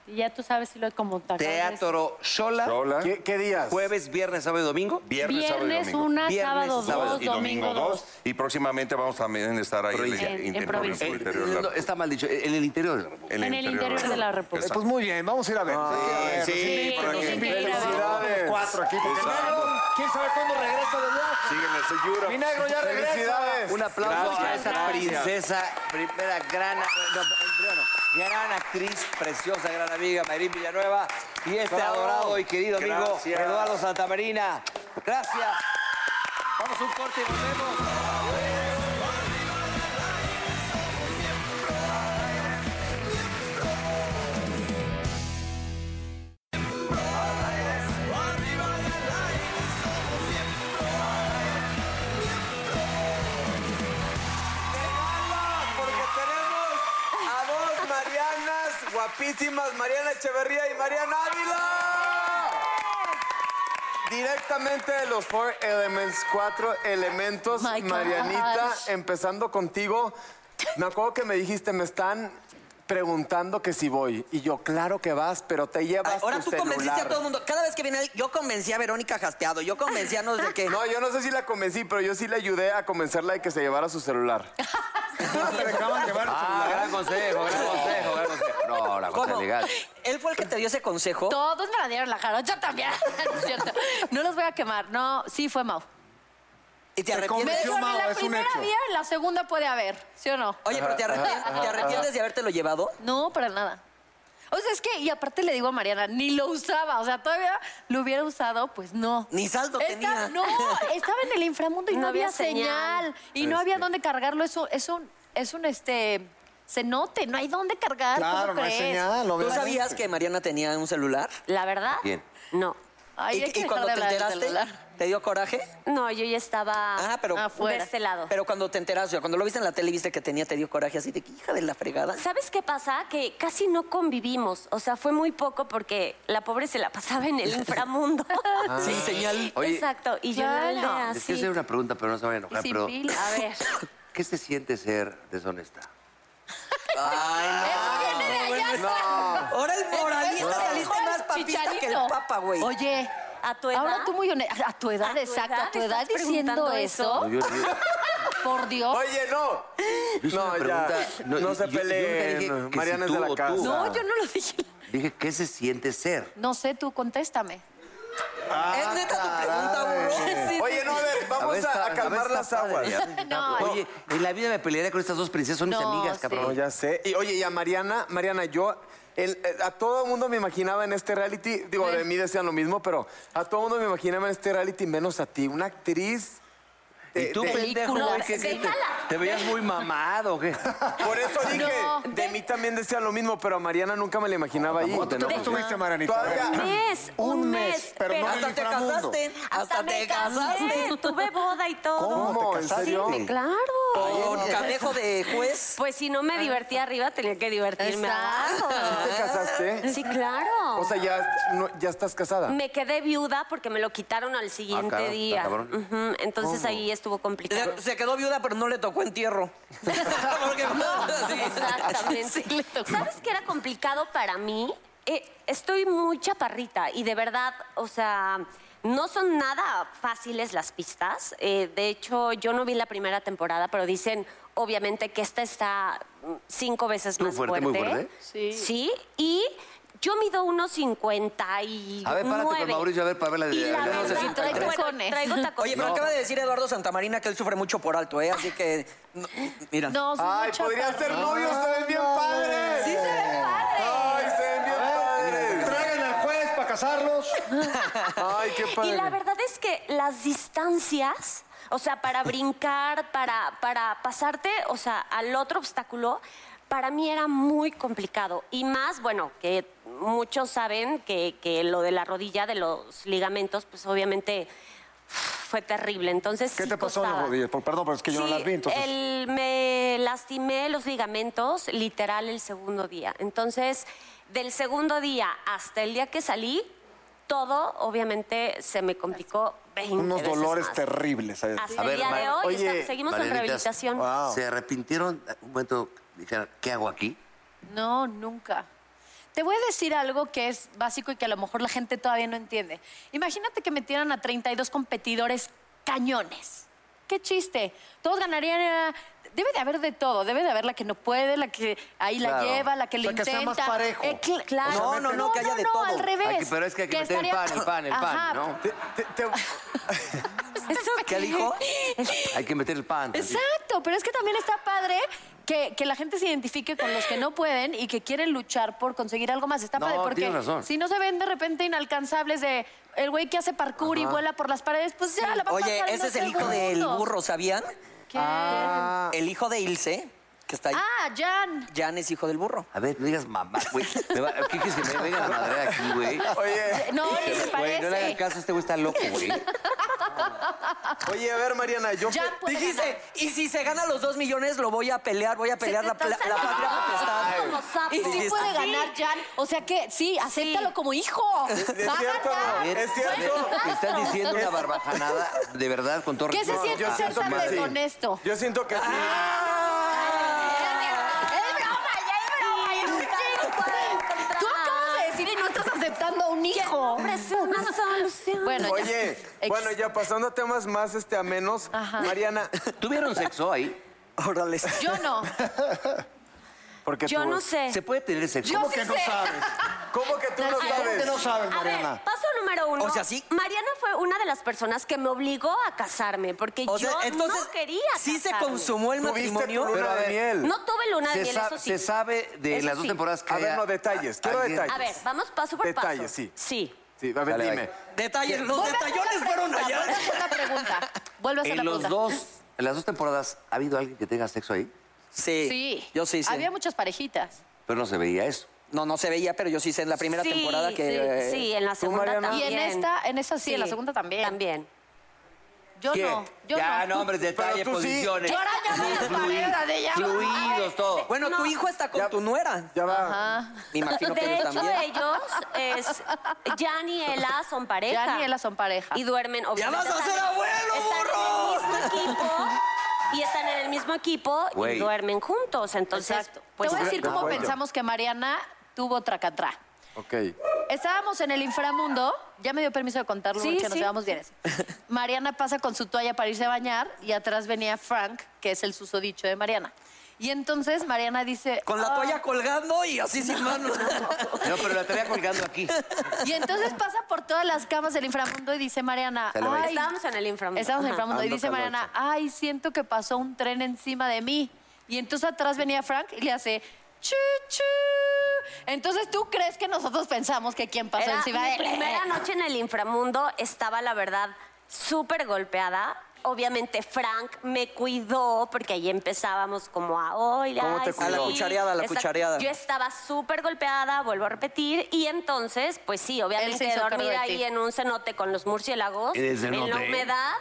y ya tú sabes si lo como te acabas de decir.
Teatro Shola,
Sola,
¿Qué, qué días?
jueves, viernes, sábado y domingo.
viernes, sábado y
Viernes
domingo.
una,
Viernes,
sábado
sábado
dos,
y domingo dos.
dos.
Y próximamente vamos también a estar ahí
Provincia.
el
En- en provincia.
el
Eh,
interior de la-
no, está mal dicho, en el interior de la República.
En el interior de la República.
Eh, Pues muy bien, vamos a ir a ver.
Sí,
Sí,
para que-
tienen que ir a ver.
Felicidades.
Cuatro aquí, porque
Exacto.
Negro, ¿quién sabe cuándo regresa de viaje?
Síguenle, señora.
Mi negro ya regresa.
Felicidades.
Un aplauso a
Gracias,
esa
gracias.
princesa, primera gran, no, primero, gran actriz, preciosa, gran amiga, Mayrín Villanueva, y este adorado y querido amigo,
Gracias.
Eduardo Santamarina. Gracias. Vamos a un corte y volvemos.
porque tenemos a dos Marianas guapísimas, Mariana Echeverría y Mariana Ávila. Directamente de los Four Elements, cuatro elementos,
My
Marianita,
gosh.
empezando contigo. Me acuerdo que me dijiste, me están preguntando que si voy. Y yo, claro que vas, pero te llevas
Ay, ahora
tu
tú convenciste
celular.
a todo el mundo. Cada vez que viene alguien, yo convencí a Verónica Jaspeado, yo convencí a no sé qué.
No, yo no sé si la convencí, pero yo sí le ayudé a convencerla de que se llevara su celular.
te dejaban llevar el
Ah,
celular.
gran consejo, gran consejo, gran consejo. No, la cosa
¿Cómo?
legal.
Él fue el que te dio ese consejo.
Todos me la dieron la jarocha también. No es cierto. No los voy a quemar. No, sí fue Mau.
Y te
Me
arrepientes.
convenció.
dijo,
Mau,
ni la
es un
primera
hecho.
había, la segunda puede haber. ¿Sí o no?
Oye, pero te, arrepien- ¿te arrepientes de habértelo llevado.
No, para nada. O sea, es que, y aparte le digo a Mariana, ni lo usaba. O sea, todavía lo hubiera usado, pues no.
Ni saldo
Esta-
tenía.
No, estaba en el inframundo y no, había señal. Y no
Este.
había dónde cargarlo. Eso es un, es un este cenote, no hay dónde cargar.
Claro,
Ah, ¿cómo
no hay
crees?
señal,
¿Tú
obviamente.
sabías que Mariana tenía un celular?
La verdad.
Bien.
No.
Ay,
¿Y-
hay que
y,
dejar
cuando
de
te
hablar del
enteraste,
celular.
¿te dio coraje?
No, yo ya estaba
Ah, pero-
de este lado.
Pero cuando te enteraste, o cuando lo viste en la tele y viste que tenía, te dio coraje así de que hija de la fregada.
¿Sabes qué pasa? Que casi no convivimos. O sea, fue muy poco porque la pobre se la pasaba en el inframundo.
Sin señal.
Oye.
Exacto. Y yo en la
Claro.
aldea,
Les quiero
sí.
hacer una pregunta, pero no se vayan
Y
a enojar.
sin
Pero,
pila. A ver.
¿Qué se siente ser deshonesta?
Ahora el moralista
Mejor
saliste más papista
chicharito.
que el papa, güey.
Oye,
¿A tu edad?
Ahora tú muy honesta. A tu edad,
¿A tu
exacto.
edad
a tu edad
estás
diciendo
preguntando
eso.
No, yo, yo- yo
Por Dios.
Oye, no.
hice
No,
una
ya.
pregunta.
No
yo-
se
yo- yo nunca
peleen.
dije que si
Mariana es de
tú
la
o tú.
casa.
no, yo no lo dije.
Dije, ¿qué se siente ser?
No sé, tú contéstame.
es neta tu pregunta, burro. Sí.
Oye, no, a ver, vamos a,
ver, está-
a calmar
ver,
las
está padre,
aguas.
a ver, está
No.
padre. Oye, en la vida me pelearía con estas dos princesas, son mis
No,
amigas,
sí.
No,
cabrón.
ya sé. Y oye, y a Mariana, Mariana, yo. el- eh, a todo mundo me imaginaba en este reality, digo, de mí decían lo mismo, pero a todo mundo me imaginaba en este reality, menos a ti, una actriz. de-
¿Y tú,
de-
pendejo?
película.
güey, qué- qué- te, te veías muy mamado, o ¿qué?
Por eso dije,
No.
de mí también decían lo mismo, pero a Mariana nunca me la imaginaba ahí.
¿Cuánto tiempo estuviste, Marianita?
Todavía-
Un mes, un,
Un mes,
mes.
pero no en el
Hasta te
inframundo.
casaste. Hasta
me
te
casé,
casaste.
Tuve boda y todo.
¿Cómo?
¿Te
¿En
casaste?
serio?
Sí, claro.
Por camejo de juez.
Pues si no me divertía arriba, tenía que divertirme
Exacto.
abajo.
¿Te casaste?
Ah. Sí, claro.
O sea, ya, no, ya estás casada.
Me quedé viuda porque me lo quitaron al siguiente
cabrón,
día.
Ah, está cabrón.
Ujú, Entonces ahí estuvo complicado.
Se quedó viuda, pero no le tocó entierro. Porque no. sí.
Exactamente.
Sí, le tocó.
¿Sabes qué era complicado para mí? Eh, estoy muy chaparrita y de verdad, o sea, no son nada fáciles las pistas. Eh, de hecho, yo no vi la primera temporada, pero dicen, obviamente, que esta está mm, cinco veces
Muy
más
fuerte,
fuerte.
muy fuerte.
Sí.
Sí, y yo mido unos 50 y.
A ver, párate con Mauricio, a ver, para ver la de-
Y la
la de-
verdad,
no sé si
traigo,
traes.
tacones. traigo tacones.
Oye, pero acaba de decir Eduardo Santamarina que él sufre mucho por alto, ¿eh? Así que. no, mira.
No, soy
Ay,
mucha
podrían
parte.
ser novios, se ven bien padres. Sí, se ven padres. Ay, se ven bien padres.
Traigan al juez para casarlos.
Ay, qué padre.
Y la verdad es que las distancias, o sea, para brincar, para, para pasarte, o sea, al otro obstáculo, para mí era muy complicado. Y más, bueno, que muchos saben que, que lo de la rodilla, de los ligamentos, pues obviamente fue terrible. Entonces,
¿Qué
sí
te pasó en las
costaba.
rodillas? Por- Perdón, pero es que yo no
Sí,
las vi, entonces.
el- me lastimé los ligamentos literal el segundo día. Entonces, del segundo día hasta el día que salí, todo obviamente se me complicó 20
Unos
veces
dolores
más.
terribles. ¿sabes?
Hasta
A ver,
el día de
Mar-
hoy
Oye,
está- seguimos en
Marianitas,
rehabilitación.
¿Se arrepintieron Eh, un momento? Dijeron, ¿qué hago aquí?
No, nunca. Te voy a decir algo que es básico y que a lo mejor la gente todavía no entiende. Imagínate que metieran a 32 competidores cañones. ¡Qué chiste! Todos ganarían... eh, Debe de haber de todo. Debe de haber la que no puede, la que ahí la
Claro.
lleva, la que
O
le
sea, que sea
intenta. Eh,
más parejo.
cl- claro.
No, no, no, que haya de todo.
al revés.
Aquí- pero es que hay que, meter el pan, el pan, el
Ajá.
pan, ¿no?
Te- te- te-
¿Eso
¿Qué dijo?
Hay que meter el pan.
Exacto, pero es que también está padre que, que la gente se identifique con los que no pueden y que quieren luchar por conseguir algo más. Está
No,
padre porque
tienes razón.
si no se ven de repente inalcanzables de el güey que hace parkour y vuela por las paredes, pues ya la va a
Oye,
pasar en
ese
dos
es el hijo del
segundos.
burro, ¿sabían?
¿Qué?
Ah.
El hijo de Ilse, que está ahí.
Ah, Jan.
Jan es hijo del burro.
A ver, no digas mamá, güey. Me va- ¿Qué quieres que me venga a madrear aquí, güey?
oye,
No, ni se
Güey, no le hagan
parece.
caso, este güey está loco, güey.
oye, a ver, Mariana, yo.
Jan puede ganar.
Dijiste, y si se gana los dos millones, lo voy a pelear, voy a pelear la, pla- la patria potestad.
como sapo.
Y sí
Dijiste-
puede ganar Jan. O sea que sí, acéptalo como hijo. Va
Es
a
cierto,
ganar.
es cierto.
Te estás diciendo una barbajanada, de verdad, con todo
¿Qué se
respeto.
siente
yo
ser
siento
tan
que sí.
deshonesto?
Yo siento que sí.
Es broma, ya es broma, ya es
un hijo. Ofrece una solución.
Bueno, Oye, bueno, ya pasando a temas más este, a menos, Mariana.
¿Tuvieron sexo ahí?
Órale.
Yo no.
Porque
Yo no sé.
¿Se puede tener sexo?
Yo sí sé.
¿Cómo que tú no
¿Cómo
sabes?
que no sabes,
A ver,
Mariana?
paso número uno.
O sea, sí.
Mariana fue una de las personas que me obligó a casarme porque
O sea,
yo
entonces,
no quería
¿sí se
casarme.
consumó el Tuviste matrimonio? tu luna
Pero, a ver,
de miel.
No tuve luna de
se
miel,
sa-
eso sí.
Se sabe de
Eso
las dos
sí.
temporadas que
A ver,
haya-
no, detalles, quiero
alguien-
detalles.
A ver, vamos paso por paso.
Detalles, sí.
Sí.
Sí, a ver,
Dale,
dime.
dale.
Detalles, los
Vuelve a hacer
detallones
la
fueron
pregunta,
allá.
vuelve a hacer la pregunta. Vuelve a hacer
En
la
los
pregunta.
dos, en las dos temporadas, ¿ha habido alguien que tenga sexo ahí?
Sí.
Sí.
Yo sí, sí.
Había muchas parejitas.
Pero no se veía eso.
No, no se veía, pero yo sí sé en la primera
Sí,
temporada que. eh,
Sí, sí, en la segunda
Mariana?
Y
también.
en esta, en esta sí, en la segunda también.
También.
Yo
¿Quién?
no, yo
ya,
no.
nombres, detalles,
tú sí.
posiciones.
Yo ahora ya me
Fluid-
separé de ella.
Fluidos, todo.
Bueno, tu hijo está con tu nuera.
Ya va.
Me imagino que
De
ellos
hecho,
también.
ellos, es, Jan y Ela son pareja.
Ya ni ellas son pareja.
Y duermen, obviamente.
vas a
están-
ser abuelo,
Están en el mismo equipo. Y están en el mismo equipo
Güey.
y duermen juntos. Entonces,
Exacto.
pues
Te voy a
no.
decir cómo pensamos que Mariana tuvo tracatrá.
Ok.
Estábamos en el inframundo, ya me dio permiso de contarlo
Sí,
porque nos
sí.
llevamos bien. Mariana pasa con su toalla para irse a bañar y atrás venía Frank, que es el susodicho de Mariana. Y entonces Mariana dice...
Con la
"Ah".
toalla colgando y así sin manos.
No, pero la traía colgando aquí.
Y entonces pasa por todas las camas del inframundo y dice Mariana...
Se lo
"Ay,
Estábamos en el inframundo.
Estábamos en el
Ajá.
inframundo y
Ando
dice
calor,
Mariana, ay, siento que pasó un tren encima de mí. Y entonces atrás venía Frank y le hace, chu, chu. Entonces tú crees que nosotros pensamos que quien pasó
Era
encima de
mi primera noche en el inframundo estaba, la verdad, súper golpeada. Obviamente Frank me cuidó porque ahí empezábamos como a hoy.
¿Cómo te
cuidó? A la cuchareada, a la cuchareada.
Yo estaba súper golpeada, vuelvo a repetir, y entonces, pues sí, obviamente
hizo cargo
dormir
de
ahí
ti.
en un cenote con los murciélagos,
En el
en
cenote.
la humedad,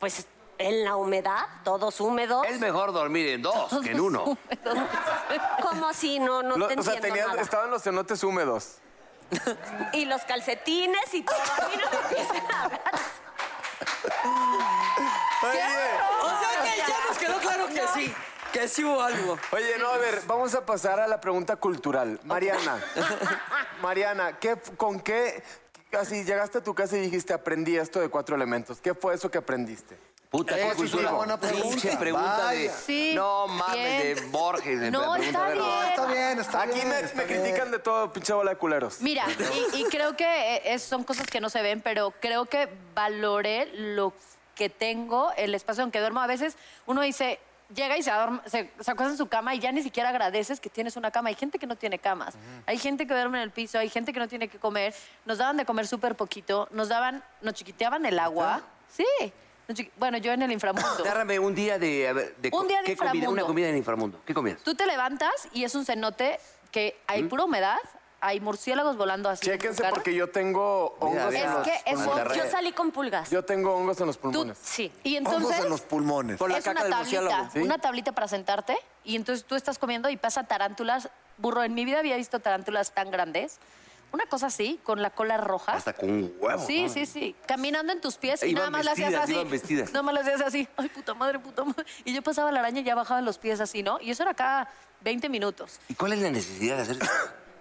pues en la humedad, todos húmedos,
Es mejor dormir en dos que en uno.
como si no, no
Lo-
te
o sea,
entiendo
tenías-
nada.
estaban los cenotes húmedos.
Y los calcetines y todo. A mí no me empiecen a hablar
O sea que ya nos quedó claro que sí. Que sí hubo algo.
Oye, no, a ver, vamos a pasar a la pregunta cultural. Mariana, Mariana, ¿qué, ¿con qué, así llegaste a tu casa y dijiste, aprendí esto de cuatro elementos? ¿Qué fue eso que aprendiste?
Puta,
Esa
qué
es una buena pregunta.
Pinche pregunta de.
Vaya.
Sí,
No mames,
bien.
de Borges. de
No,
pregunta
está
de-
bien.
No, está bien, está
Aquí
bien.
me,
está
me
bien.
critican de todo, pinche bola de culeros.
Mira, y, y creo que eh, es- son cosas que no se ven, pero creo que valoré lo que tengo, el espacio en que duermo. A veces uno dice, llega y se, adorm- se, se acuesta en su cama y ya ni siquiera agradeces que tienes una cama. Hay gente que no tiene camas, hay gente que duerme en el piso, hay gente que no tiene que comer. Nos daban de comer súper poquito, nos daban, nos chiquiteaban el agua. Sí. nos chiqui- Bueno, yo en el inframundo.
Agárrame un día de. a ver, de
Un día de
¿qué comida,
inframundo.
Una comida en inframundo. ¿Qué comías?
Tú te levantas y es un cenote que hay pura humedad, hay murciélagos volando así. en tu
Chéquense
cara.
porque yo tengo hongos.
Es
en los-
que es
Yo-
Monterrey.
Yo salí con pulgas.
Yo tengo hongos en los
Tú,
pulmones.
sí. Y
Hongos
entonces
en los pulmones.
Por la
es
caca
una
del
tablita,
murciélago.
¿sí?
una tablita para sentarte y entonces tú estás comiendo y pasa tarántulas. Burro, en mi vida había visto tarántulas tan grandes. Una cosa así, con la cola roja.
Hasta con un huevo.
¿Ah? Sí,
¿no?
sí, sí. Caminando en tus pies
Eh,
y nada
iban
más las hacías
vestidas,
así.
iban vestidas.
Nada más las hacías así. Ay, puta madre, puta madre. Y yo pasaba la araña y ya bajaba los pies así, ¿no? Y eso era cada 20 minutos.
¿Y cuál es la necesidad de hacer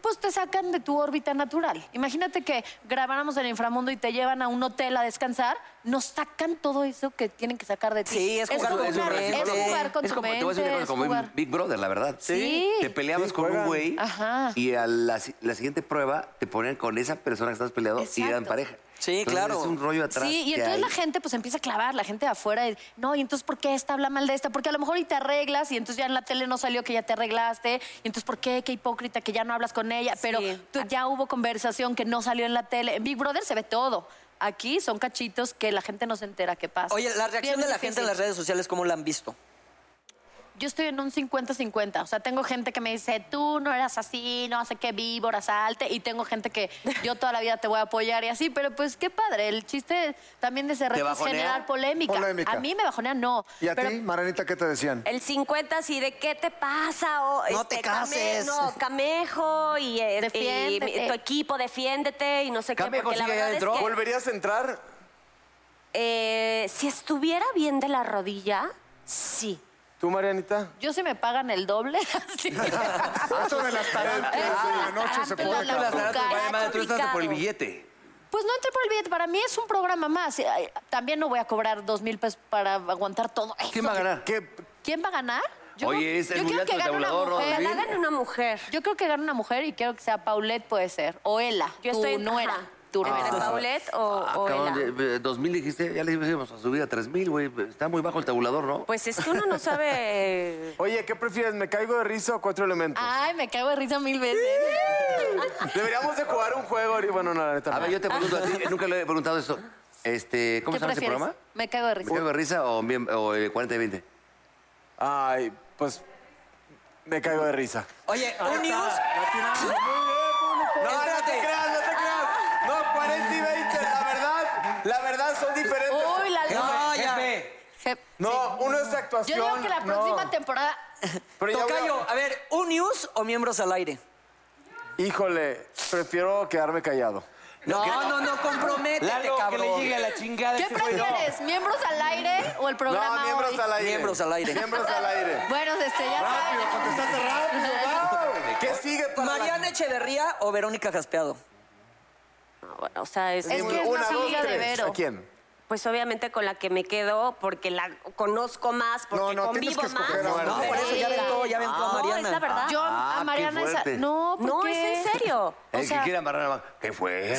Pues te sacan de tu órbita natural. Imagínate que grabáramos en el inframundo y te llevan a un hotel a descansar. Nos sacan todo eso que tienen que sacar de ti.
Sí, es jugar con tu
jugar-
mente.
Es jugar con
es
tu
como,
mente.
Te voy a decir una cosa,
es
como
jugar.
en Big Brother, la verdad.
Sí.
Te peleabas
Sí,
con un
juegan.
güey
Ajá.
y a la, si- la siguiente prueba te ponían con esa persona que estabas peleado y eran
Exacto.
pareja.
Sí,
Entonces,
claro.
Es un rollo atrás.
Sí, y
que
entonces
hay.
la gente pues empieza a clavar, la gente de afuera, y, no, y entonces ¿por qué esta habla mal de esta? Porque a lo mejor y te arreglas y entonces ya en la tele no salió que ya te arreglaste, y entonces ¿por qué? Qué hipócrita que ya no hablas con ella, pero
Sí.
tú- ya hubo conversación que no salió en la tele. En Big Brother se ve todo. Aquí son cachitos que la gente no se entera qué pasa.
Oye, la reacción
Bien
de la
difícil.
gente en las redes sociales, ¿cómo la han visto?
Yo estoy en un 50-50. O sea, tengo gente que me dice, tú no eras así, no sé qué víbora, salte. Y tengo gente que yo toda la vida te voy a apoyar y así. Pero pues qué padre. El chiste también de ese reto es
bajonea?
generar polémica.
Polémica.
A mí me bajonea, no.
¿Y a
Pero
ti, Maranita, qué te decían?
El 50 así de qué te pasa o este,
No te cases.
no, camejo y, eh,
Defiéndete.
y tu equipo defiéndete y no sé
Camejo
qué porque la
sigue
verdad
ahí
es
adentro.
que
¿Volverías a entrar?
eh, si estuviera bien de la rodilla, sí.
¿Tú, Marianita?
Yo si me pagan el doble. así.
Eso de las tarantulas en la noche se pone
Las
cabrón.
tarántulas, vale madre, tú Ah, estás por el
complicado.
billete.
Pues no entré por el billete. Para mí es un programa más. Eh, ay, También no voy a cobrar dos mil pesos para aguantar todo eso.
¿Quién va a ganar?
¿Quién va a ganar?
Oye, es- es
yo
muy
creo
alto
que
el
gane una
tabulador,
mujer.
Rodolfín.
gane una mujer. Yo creo que gane una mujer y quiero que sea Paulette, puede ser. O Ela.
Yo
tu
estoy-
nuera.
ajá.
Tu nuera.
Ah.
¿Entre Paulette o, o Ela?
Cabrón, eh, eh, 2000 dijiste, ya le íbamos a subir a 3000, güey. Está muy bajo el tabulador, ¿no?
Pues es que uno no sabe.
Oye, ¿qué prefieres? ¿Me caigo de risa o cuatro elementos?
Ay, me cago de risa mil veces.
Deberíamos de jugar un juego. Ori. Bueno, no, la neta.
A ver, yo te pregunto a ti, eh, nunca le he preguntado esto. Este, ¿Cómo
¿Qué
se llama ese
prefieres?
programa?
Me cago de
¿Me
risa.
caigo de risa o, bien- o el 40 y 20?
Ay, pues me caigo de risa.
Oye, un news.
No, no te creas, no te creas. No, 40 y 20, la verdad, la verdad son diferentes.
Uy, la
No,
luz.
ya.
Jep.
No, uno es de
Yo
actuación.
digo que la próxima
no.
temporada.
Pero ya voy a-
Tocayo, a ver, ¿un news o miembros al aire?
Híjole, prefiero quedarme callado.
No, no, no, comprométete, cabrón.
¿Qué prefieres? ¿Miembros al aire o el programa?
no, miembros
hoy?
al aire.
Miembros al aire.
Miembros al aire.
Bueno, este ya saben.
Contestaste rápido, wow. ¿Qué sigue para la-
¿Mariana Echeverría o Verónica Jaspeado?
O sea, es,
Es que es
Una,
más
dos,
amiga de
tres.
Vero.
¿A quién?
pues obviamente con la que me quedo porque la conozco más, porque
No, no, tienes
convivo
que
más.
escoger a Vero.
No, por eso ya aventó, ya aventó a
No,
Mariana.
es la verdad.
Yo
Ah,
a Mariana
qué
esa-
fuerte.
No,
no,
porque...
es en serio. O
El que
sea,
quiera amarrar la mano. ¿Qué fue?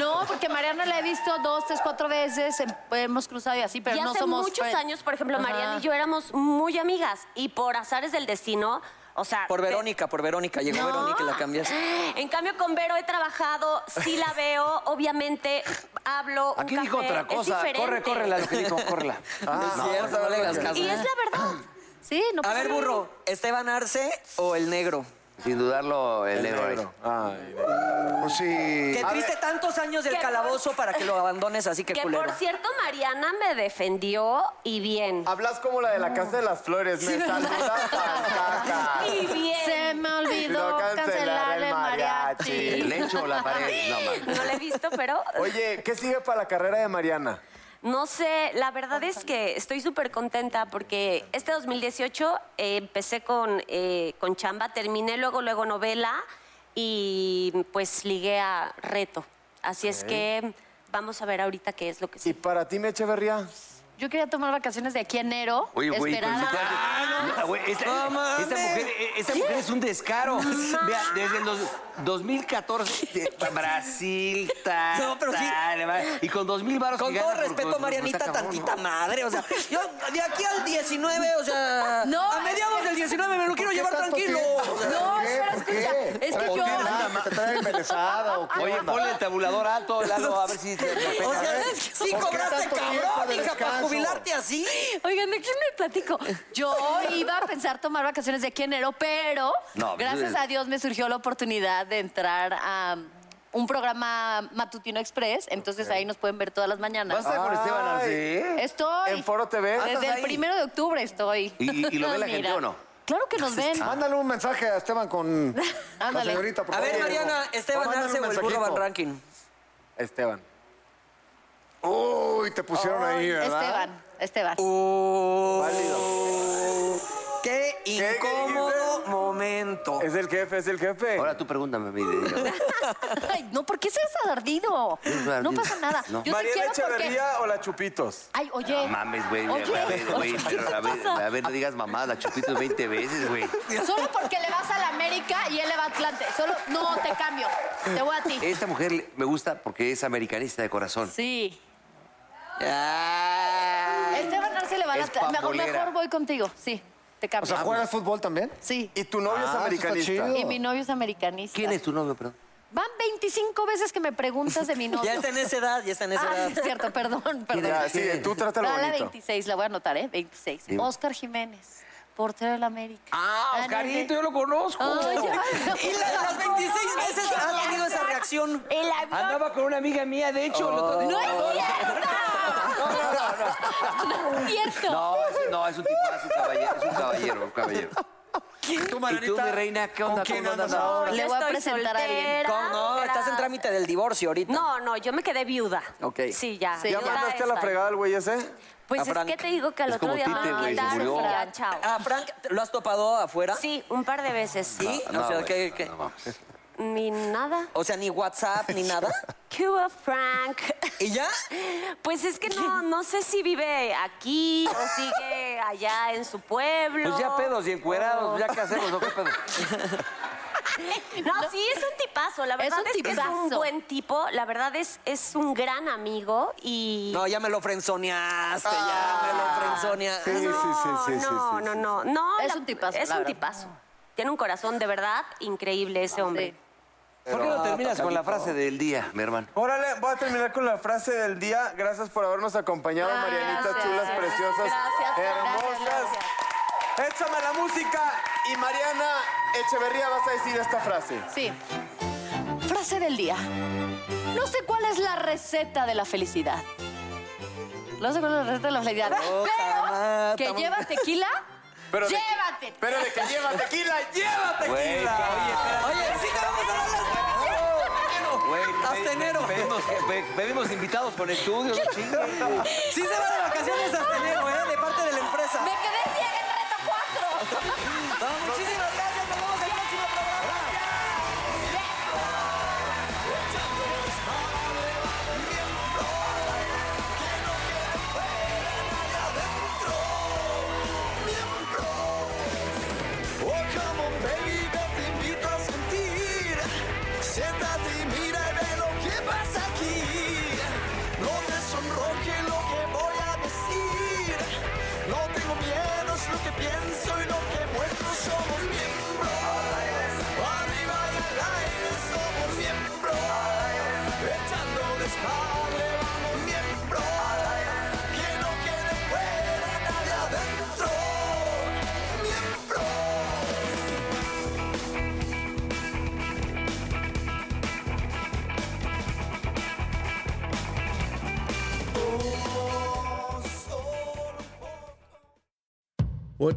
No, porque Mariana la he visto dos, tres, cuatro veces. em- Hemos cruzado y así, pero
y
no
hace
somos.
muchos
friends.
años, por ejemplo,
Ajá.
Mariana y yo éramos muy amigas y por azares del destino, o sea...
Por
te-
Verónica, por Verónica. Llegó
No. Ah,
Verónica y la cambiaste.
En cambio, con Vero he trabajado, sí la veo, obviamente hablo. un
Aquí dijo
café,
otra
es
cosa.
diferente.
Corre, corre la lo que dijo, córrela. Ah, pues,
no, es cierto, no le hagas caso.
Y es la verdad.
Sí, no
A
pasa
ver,
nada.
burro, ¿Esteban Arce o el negro?
Sin dudarlo, el, negro. ahí. Ah,
Ay.
Pues sí.
Que triste tantos años del
Que por-
calabozo para que lo abandones así que
Que
culero.
por cierto, Mariana me defendió y bien.
Hablas como la de la Casa de las Flores. Me saludas a caca.
Y bien.
Se me olvidó
No cancelar
cancelar el
el
mariachi.
mariachi.
¿El lecho o la pared? No, man.
No la he visto, pero
Oye, ¿qué sigue para la carrera de Mariana?
no sé, la verdad es que estoy súper contenta porque este 2018 eh, empecé con, eh, con chamba, terminé luego, luego novela y pues ligué a reto. Así es que vamos a ver ahorita qué es lo que
¿Y
sí.
para ti, Meche Echeverría?
Yo quería tomar vacaciones de aquí a enero.
Oye, güey,
esperar
con
a-
su traje- No, güey, esa,
mames.
esa mujer, eh, esa mujer es un descaro. Vea, desde los 2014, eh, Brasil, tal,
No, pero sí.
y con 2000 varos
Con
que
todo
gana por- pues
respeto,
por- por-
Marianita,
está cabrón,
tantita
¿no?
madre. O sea, yo de aquí al 19, o sea.
No,
A mediados del 19 me lo quiero llevar tranquilo.
No, espera,
¿Por qué?
escucha. Es que
¿O
yo.
tienes una metralla embelesada o qué
Oye,
onda?
ponle el tabulador alto, Lalo, a ver si... te- te
O
pega.
sea,
¿ves?
sí
¿Por qué
cobraste
tanto tiempo
cabrón,
de
hija, para
descanso?
jubilarte así.
Oigan, ¿de quién me platico? Yo iba a pensar tomar vacaciones de aquí a enero, pero
No, pues,
gracias
eh.
a Dios me surgió la oportunidad de entrar a un programa Matutino Express, entonces ahí nos pueden ver todas las mañanas.
¿Vas a estar con Esteban Arce?
Estoy.
¿En Foro TV? Ah,
Desde
¿estás
el
ahí?
primero de octubre estoy.
¿Y- y- y lo ve la
Mira.
gente o no?
Claro que nos ven.
Mándale un mensaje a Esteban con la
Ándale.
señorita, por
A ver,
favor.
Mariana, Esteban
Mándale
Arce
un
Este o el burro Van
mensajito.
Ranking.
Esteban.
Uy, te pusieron ahí, ¿verdad? Oh.
Esteban, Esteban.
Qué incómodo momento.
Es el jefe, es el jefe.
Ahora tú pregúntame, mi de-
Ay, no, ¿por qué seas ardido? No pasa nada.
No.
Yo te
¿Mariana
quiero porque.
Echeverría o la Chupitos?
Ay, oye.
No mames, güey, güey,
Oye.
a ver, güey, pero a ver, a ver, no digas mamada, chupitos 20 veces, güey.
Solo porque le vas a la América y él le va a Atlante. Solo, no, te cambio. Te voy a ti.
Esta mujer le- me gusta porque es americanista de corazón.
Sí.
Ah.
Esteban Arce le va a la
Es
Atlante. O
pambolera.
mejor voy contigo. Sí, te
O
cambio.
sea, ¿juegas fútbol también?
Sí.
¿Y tu
Ah,
novio es
eso está
americanista?
chido.
Y mi novio es americanista.
¿Quién es tu novio, perdón?
Van 25 veces que me preguntas de mi novio.
Ya está en esa edad, ya está en esa
Ah,
edad.
sí, es cierto, perdón, perdón.
Ya, sí, tú trátalo
Va a la
bonito.
26, la voy a anotar, ¿eh? 26.
Sí.
Oscar Jiménez, portero del América.
Ah,
Oscarito,
yo lo conozco.
Ay, ya.
y la- las 26 veces ha tenido esa reacción.
El avión.
Andaba con una amiga mía, de hecho.
¡No es cierto! No, es cierto.
No, es, no, es un tipazo, caballero, es un caballero, un caballero.
Tú,
¿Y tú, mi reina, qué onda?
¿Con quién
¿Cómo
andas
andas ahora?
ahora?
Le
Yo
voy
estoy soltera,
¿Cómo no? Estás en
gracias.
trámite del divorcio ahorita.
No, no, yo me quedé viuda.
Ok.
Sí, ya.
¿Ya mandaste a la
está.
fregada al güey ese?
Pues
A
es
Frank.
que te digo que al
Es
otro
como
día me
Tite, güey, se
mandaron
murió.
y ya, chao.
Ah, Frank, ¿lo has topado afuera?
Sí, un par de veces.
¿Sí? o sea, ¿qué- qué?
Ni nada.
O sea, ni WhatsApp, ni nada.
¿Qué hubo, Frank?
¿Y ya?
Pues es que no, no sé si vive aquí o sigue allá en su pueblo.
Pues ya pedos y encuerados,
o-
ya qué hacemos, ¿no? ¿Qué pedo?
No, sí, es un tipazo. La
Es
verdad
un
es, que es un
tipazo.
buen tipo. La verdad es, es un gran amigo y...
No, ya me lo frenzoneaste, ya me lo frenzoneaste.
no, Ah, no, no, no, no.
Es
la-
un tipazo,
Es
la
un
verdad.
tipazo. Tiene un corazón de verdad increíble ese hombre.
¿Por qué no terminas con la frase del día, mi hermano?
Órale, voy a terminar con la frase del día. Gracias por habernos acompañado,
Ah,
Marianita,
gracias.
chulas, preciosas,
Gracias,
hermosas.
gracias,
Échame la música y Mariana Echeverría vas a decir esta frase.
Sí. Frase del día. No sé cuál es la receta de la felicidad. No sé cuál es la receta de la felicidad.
madre,
pero que
estamos-
lleva tequila,
Pero de-
llévate.
Pero de que lleva tequila, lleva
Güey,
tequila.
Oye, sí, te vamos a dar las
Güey,
Hasta
pe-
enero.
Pedimos, pe- pedimos invitados con estudios, no chingues.
Sí se van de vacaciones hasta enero, ¿eh? De parte de la empresa.
Me quedé ciega en reta 4.
No, muchísimas gracias. Nos vemos en el próximo programa.
Oh, come on, baby, yo te invito a sentir. Siéntate y mira y ve lo que pasa aquí. No te sonroje lo que voy a decir. No tengo miedo, es lo que pienso y lo que muestro. Somos miembros. Arriba y al aire somos miembros. Echando desmadre, vamos miembros. Que no quede fuera nadie adentro. Miembros.
What